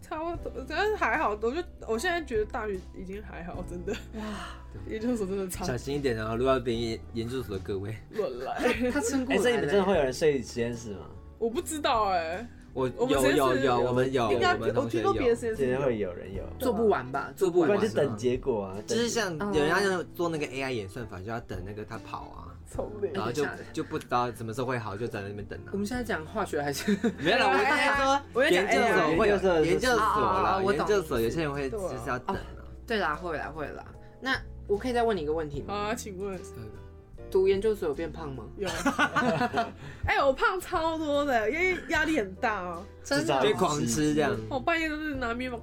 Speaker 1: 差不多，但是还好。我就我现在觉得大学已经还好，真的。哇，研究所真的差
Speaker 3: 小心一点哦，如果要别研研究所的各位，
Speaker 1: 轮 来，
Speaker 2: 他撑过来
Speaker 4: 哎，
Speaker 2: 了、
Speaker 4: 所以你们真的会有人睡实验室吗？
Speaker 1: 我不知道哎，
Speaker 3: 我
Speaker 1: 我们
Speaker 3: 有
Speaker 1: 实验
Speaker 3: 有
Speaker 1: 室
Speaker 3: 有，我们有，
Speaker 1: 应该
Speaker 3: 我们
Speaker 1: 我
Speaker 3: 同学
Speaker 1: 听过别
Speaker 3: 有
Speaker 1: 的，实验
Speaker 4: 今
Speaker 1: 室
Speaker 4: 天会有人有，
Speaker 2: 做不完吧？
Speaker 3: 做不
Speaker 4: 不
Speaker 3: 完
Speaker 4: 然
Speaker 3: 啊
Speaker 4: 就等结果啊。
Speaker 3: 就是像
Speaker 2: 嗯
Speaker 3: 有人要做那个 AI 演算法，就要等那个他跑啊，
Speaker 1: 超累。
Speaker 3: 然后就
Speaker 2: 等一下
Speaker 3: 就不知道什么时候会好，就在那边等啊
Speaker 2: 我。们现在讲化学还是
Speaker 3: 没有了，我在说
Speaker 1: 我在讲
Speaker 3: 研究所会有
Speaker 4: AI
Speaker 3: 研究所
Speaker 2: 啊啊啊
Speaker 3: 啦，
Speaker 2: 我懂
Speaker 3: 研究所有些人会就
Speaker 1: 对啊
Speaker 3: 是要等啊。
Speaker 2: 对啦，会啦，会啦。那我可以再问你一个问题
Speaker 1: 好
Speaker 2: 吗？
Speaker 1: 啊，请问
Speaker 2: 读研究所有变胖吗？
Speaker 1: 有？哎、我胖超多的，因为压力很大哦、
Speaker 2: 真
Speaker 4: 知道
Speaker 2: 的
Speaker 4: 啊
Speaker 3: 就
Speaker 4: 对
Speaker 3: 会
Speaker 2: 吗？
Speaker 3: 狂吃这样，
Speaker 1: 我半夜都是拿面包，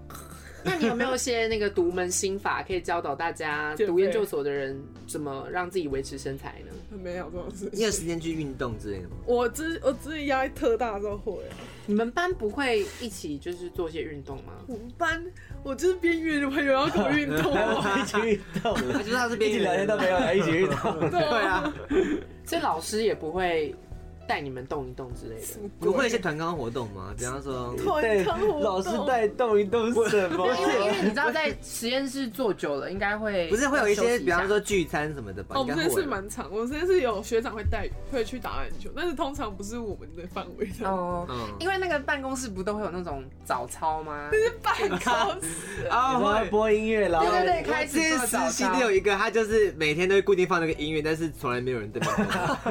Speaker 2: 那你有没有一些那个独门心法可以教导大 家
Speaker 1: 减肥
Speaker 2: 读研究所的人怎么让自己维持身材呢？
Speaker 1: 没有这种事
Speaker 3: 你有
Speaker 1: 情。
Speaker 3: 时间去运动之类的吗？
Speaker 1: 我之我之前压力特大的时候会，
Speaker 2: 你们班不会一起就是做些运动吗？
Speaker 1: 我们班我就是边缘人，有要跟我运动 哦，
Speaker 4: 一起运动了，
Speaker 3: 就是他是
Speaker 4: 一
Speaker 3: 边
Speaker 4: 起
Speaker 3: 缘
Speaker 4: 聊天都没有，还一起运动。
Speaker 1: 对
Speaker 3: 对，啊，
Speaker 2: 所以老师也不会带你们动一动之类的。
Speaker 3: 不会一些团康活动吗？比方说，
Speaker 1: 团康活动
Speaker 4: 老师带动一动什么？
Speaker 2: 因为因为你知道在实验室坐久了，应该会
Speaker 3: 不是会有
Speaker 2: 要
Speaker 3: 一
Speaker 2: 休
Speaker 3: 些，
Speaker 2: 息
Speaker 3: 比
Speaker 2: 下
Speaker 3: 方说聚餐什么的吧？
Speaker 1: 哦，我们
Speaker 3: 应
Speaker 1: 这
Speaker 3: 该
Speaker 1: 边
Speaker 3: 会
Speaker 1: 是
Speaker 3: 吧
Speaker 1: 蛮长，我们这边是有学长会带会去打篮球，但是通常不是我们的范围的。
Speaker 2: 哦，
Speaker 3: 嗯
Speaker 2: 因为那个办公室不都会有那种早操吗？
Speaker 1: 半超哦
Speaker 3: 啊
Speaker 4: 然后播音乐，然后
Speaker 2: 对对对
Speaker 3: 我
Speaker 2: 开
Speaker 3: 之
Speaker 2: 始
Speaker 3: 前
Speaker 2: 做早
Speaker 3: 实习的
Speaker 2: 操
Speaker 3: 有 一个，他就是每天都会固定放那个音乐，但是从来没有人对吧？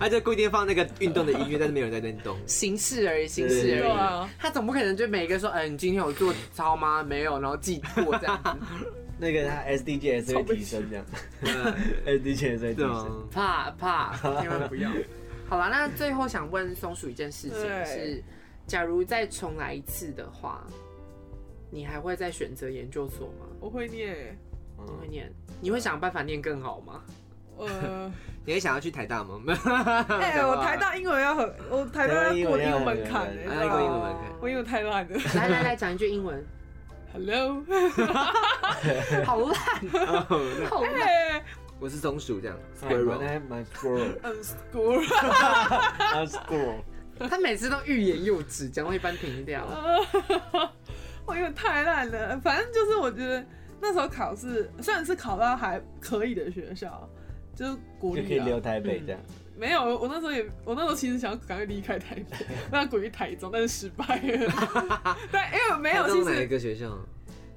Speaker 3: 他就固定放那个运动的音乐，但是没有人在运 动。
Speaker 2: 形式而已，形式
Speaker 3: 对
Speaker 1: 对
Speaker 2: 而已。
Speaker 1: 啊，
Speaker 2: 他总不可能就每个说，嗯、你今天有做操吗？没有，然后记过这样子，
Speaker 4: 那个他 SDGs 会提升这样
Speaker 3: 啊
Speaker 4: ，SDGs 会提
Speaker 3: 对啊
Speaker 4: 升。
Speaker 3: 吗？
Speaker 2: 怕怕，千万不要。好了，那最后想问松鼠一件事情
Speaker 1: 对
Speaker 2: 是，假如再重来一次的话，你还会再选择研究所吗？
Speaker 1: 我会念，
Speaker 2: 你会
Speaker 4: 嗯，
Speaker 2: 念，你会想办法念更好吗？
Speaker 1: 呃，
Speaker 3: 你还想要去台大吗？没有，
Speaker 1: 哎，我台大英文要很，我台大要过英文门槛
Speaker 4: 台
Speaker 1: 哎，
Speaker 3: 大
Speaker 1: 对吧
Speaker 3: 英文要过英文门槛
Speaker 1: 我英文太烂了
Speaker 2: 来来来，讲一句英 文，
Speaker 1: ，Hello，
Speaker 2: 好烂，
Speaker 3: 哦
Speaker 2: 好烂。
Speaker 1: 哎
Speaker 3: 我是松鼠这样
Speaker 4: 我
Speaker 3: ，squirrel。
Speaker 4: 那蛮 squirrel，
Speaker 1: ，I'm school，
Speaker 4: I'm squirrel。
Speaker 2: 他每次都欲言又止，讲到一半停掉。
Speaker 1: 我英文太烂了，反正就是我觉得那时候考试虽然是考到还可以的学校，就是国
Speaker 4: 就可以
Speaker 1: 立
Speaker 4: 留
Speaker 1: 啊，
Speaker 4: 台北这样。
Speaker 1: 没有，我那时候也，我那时候其实想要赶快离开台北， 我想滚去台中，但是失败了。 但因为没有，
Speaker 3: 台
Speaker 1: 其
Speaker 3: 中哪一
Speaker 1: 实
Speaker 3: 个学校？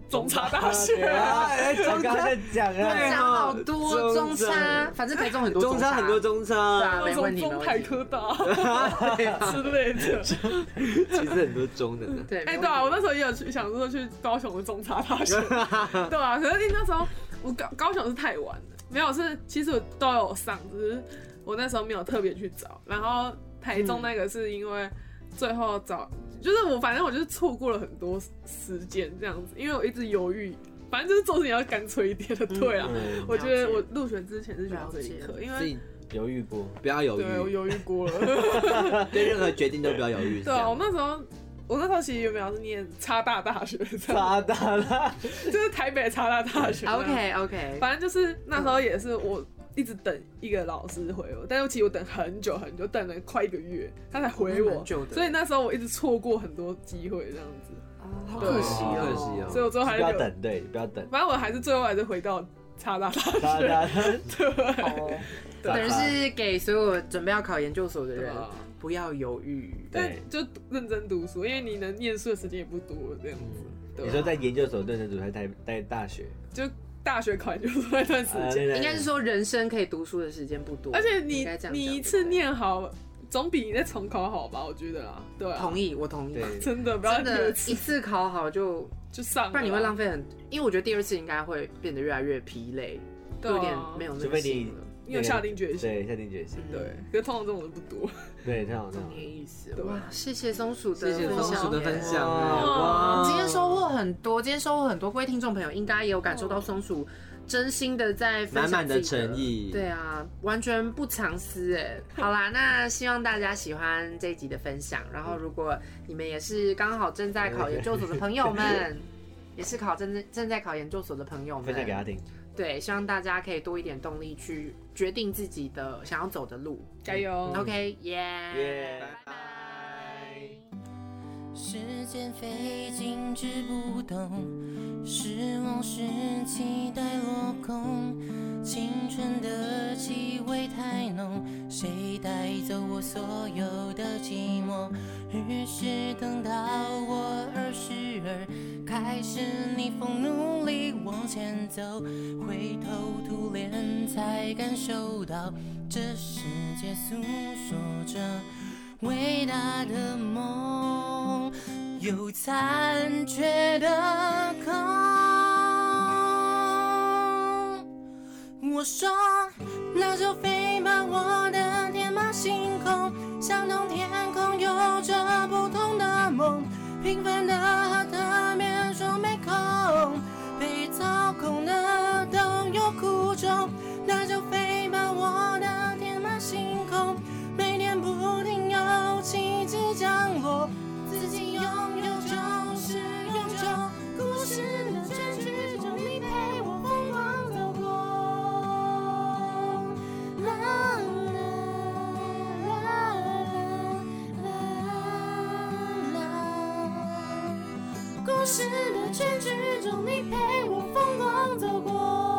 Speaker 1: 总查大学
Speaker 4: 啊，哎
Speaker 3: 中
Speaker 4: 我刚刚在讲
Speaker 3: 对
Speaker 1: 哦
Speaker 4: 啊，
Speaker 2: 讲好多中
Speaker 3: 中差
Speaker 2: 差，反正台中很多
Speaker 3: 中
Speaker 2: 差
Speaker 3: 差很多中
Speaker 2: 啊
Speaker 3: 差，
Speaker 2: 没问题
Speaker 1: 中
Speaker 2: 没问题
Speaker 1: 台科 大 之类的。
Speaker 3: 其实很多中的呢。
Speaker 2: 对，
Speaker 1: 哎、
Speaker 2: 没问题
Speaker 1: 对啊，我那时候也有去想说去高雄的中差大学，对啊，可是那时候我高高雄是太晚了，没有是其实我都有上，只是我那时候没有特别去找。然后台中那个是因为最后找，就是我反正我就是错过了很多时间这样子，因为我一直犹豫，反正就是做事情要干脆一点的，对啊。
Speaker 4: 嗯，
Speaker 1: 我觉得
Speaker 2: 了解
Speaker 1: 我入选之前是选这一科，因
Speaker 3: 自
Speaker 1: 为
Speaker 3: 己
Speaker 4: 犹豫过，
Speaker 3: 不要犹
Speaker 1: 对我
Speaker 3: 豫，
Speaker 1: 犹豫过了。
Speaker 3: 对任何决定都不要犹豫。是这
Speaker 1: 对啊，我
Speaker 3: 样
Speaker 1: 那时候我那时候其实原本要是念差大大学，这样
Speaker 4: 发达了，
Speaker 1: 就是台北的差大大学。
Speaker 2: OK OK，
Speaker 1: 反正就是那时候也是我一直等一个老师回我，但是其实我等很久很久，等了快一个月，他才回
Speaker 2: 那
Speaker 1: 我
Speaker 2: 蛮嗯久，的
Speaker 1: 所以那时候我一直错过很多机会这样子，
Speaker 2: 好
Speaker 1: 可
Speaker 4: 惜哦
Speaker 3: 可惜哦
Speaker 1: 所以我最后还
Speaker 4: 不
Speaker 1: 是
Speaker 4: 要
Speaker 1: 留，
Speaker 4: 等，对，不要等，
Speaker 1: 反正我还是最后还是回到差大大学，
Speaker 4: 发达
Speaker 1: 对，
Speaker 2: 哦等于是给所有准备要考研究所的人
Speaker 1: 对啊，
Speaker 2: 不要犹豫。
Speaker 1: 但
Speaker 4: 对
Speaker 1: 就认真读书，因为你能念书的时间也不多，这样子，对啊
Speaker 4: 你
Speaker 1: 吧
Speaker 4: 说在研究所认真读，还在在大学，啊
Speaker 1: 就大学考研就是那段时间，
Speaker 2: 应该是说人生可以读书的时间不多，
Speaker 1: 而且你
Speaker 2: 呃应该这样讲
Speaker 1: 你一次，念好，总比你再重考好吧？我觉得啦，对
Speaker 2: 对不对
Speaker 1: 啊
Speaker 2: 同，意，我同意。
Speaker 4: 对
Speaker 1: 真的不要
Speaker 2: 真
Speaker 1: 第
Speaker 2: 的
Speaker 1: 二，
Speaker 2: 一
Speaker 1: 次
Speaker 2: 次考好就，
Speaker 1: 就上了啦，
Speaker 2: 不然你会浪费很，因为我觉得第二次应该会变得越来越疲累，
Speaker 1: 对啊
Speaker 2: 有点没有那
Speaker 4: 除
Speaker 2: 个
Speaker 4: 非
Speaker 2: 心
Speaker 4: 你
Speaker 2: 了， 嗯
Speaker 1: 你有下定决心，
Speaker 4: 对下定决心，
Speaker 1: 对，可是通常这种人不多，
Speaker 4: 对，太好太
Speaker 2: 懂
Speaker 4: 好
Speaker 2: 你的，意思。
Speaker 1: 对
Speaker 2: 哇，谢谢松鼠的
Speaker 3: 谢谢松鼠的分享啊，
Speaker 1: 哇
Speaker 3: 哇！
Speaker 2: 今天收获很多，今天收获很多，各位听众朋友应该也有感受到松鼠真心的在分
Speaker 3: 满
Speaker 2: 享
Speaker 3: 满
Speaker 2: 自
Speaker 3: 的
Speaker 2: 己的
Speaker 3: 诚。意，
Speaker 2: 对啊，完全不藏私哎。好啦，那希望大家喜欢这一集的分享。然后，如果你们也是刚好正在考研究所的朋友们，也是考正正在考研究所的朋友
Speaker 4: 分享给他
Speaker 2: 们，
Speaker 4: 听，
Speaker 2: 对，希望大家可以多一点动力去决定自己的想要走的路。
Speaker 1: 加油！
Speaker 2: OK，耶、
Speaker 4: 耶
Speaker 2: 拜拜。
Speaker 5: 时间飞静止不动，失望是期待落空，青春的气味太浓，谁带走我所有的寂寞？于是等到我二十二，开始逆风努力往前走，回头突然才感受到，这世界诉说着。伟大的梦，有残缺的空。我说，那就飞吧，我的天马行空，相同天空有着不同的梦，平凡的和特别说没空，被操控的都有苦衷，那就飞吧，我的天马行空，每天不停有奇迹降落，自己拥有就是永久，故事的结局中你陪我疯狂走过。啦啦啦啦啦啦故事的结局中你陪我疯狂走过。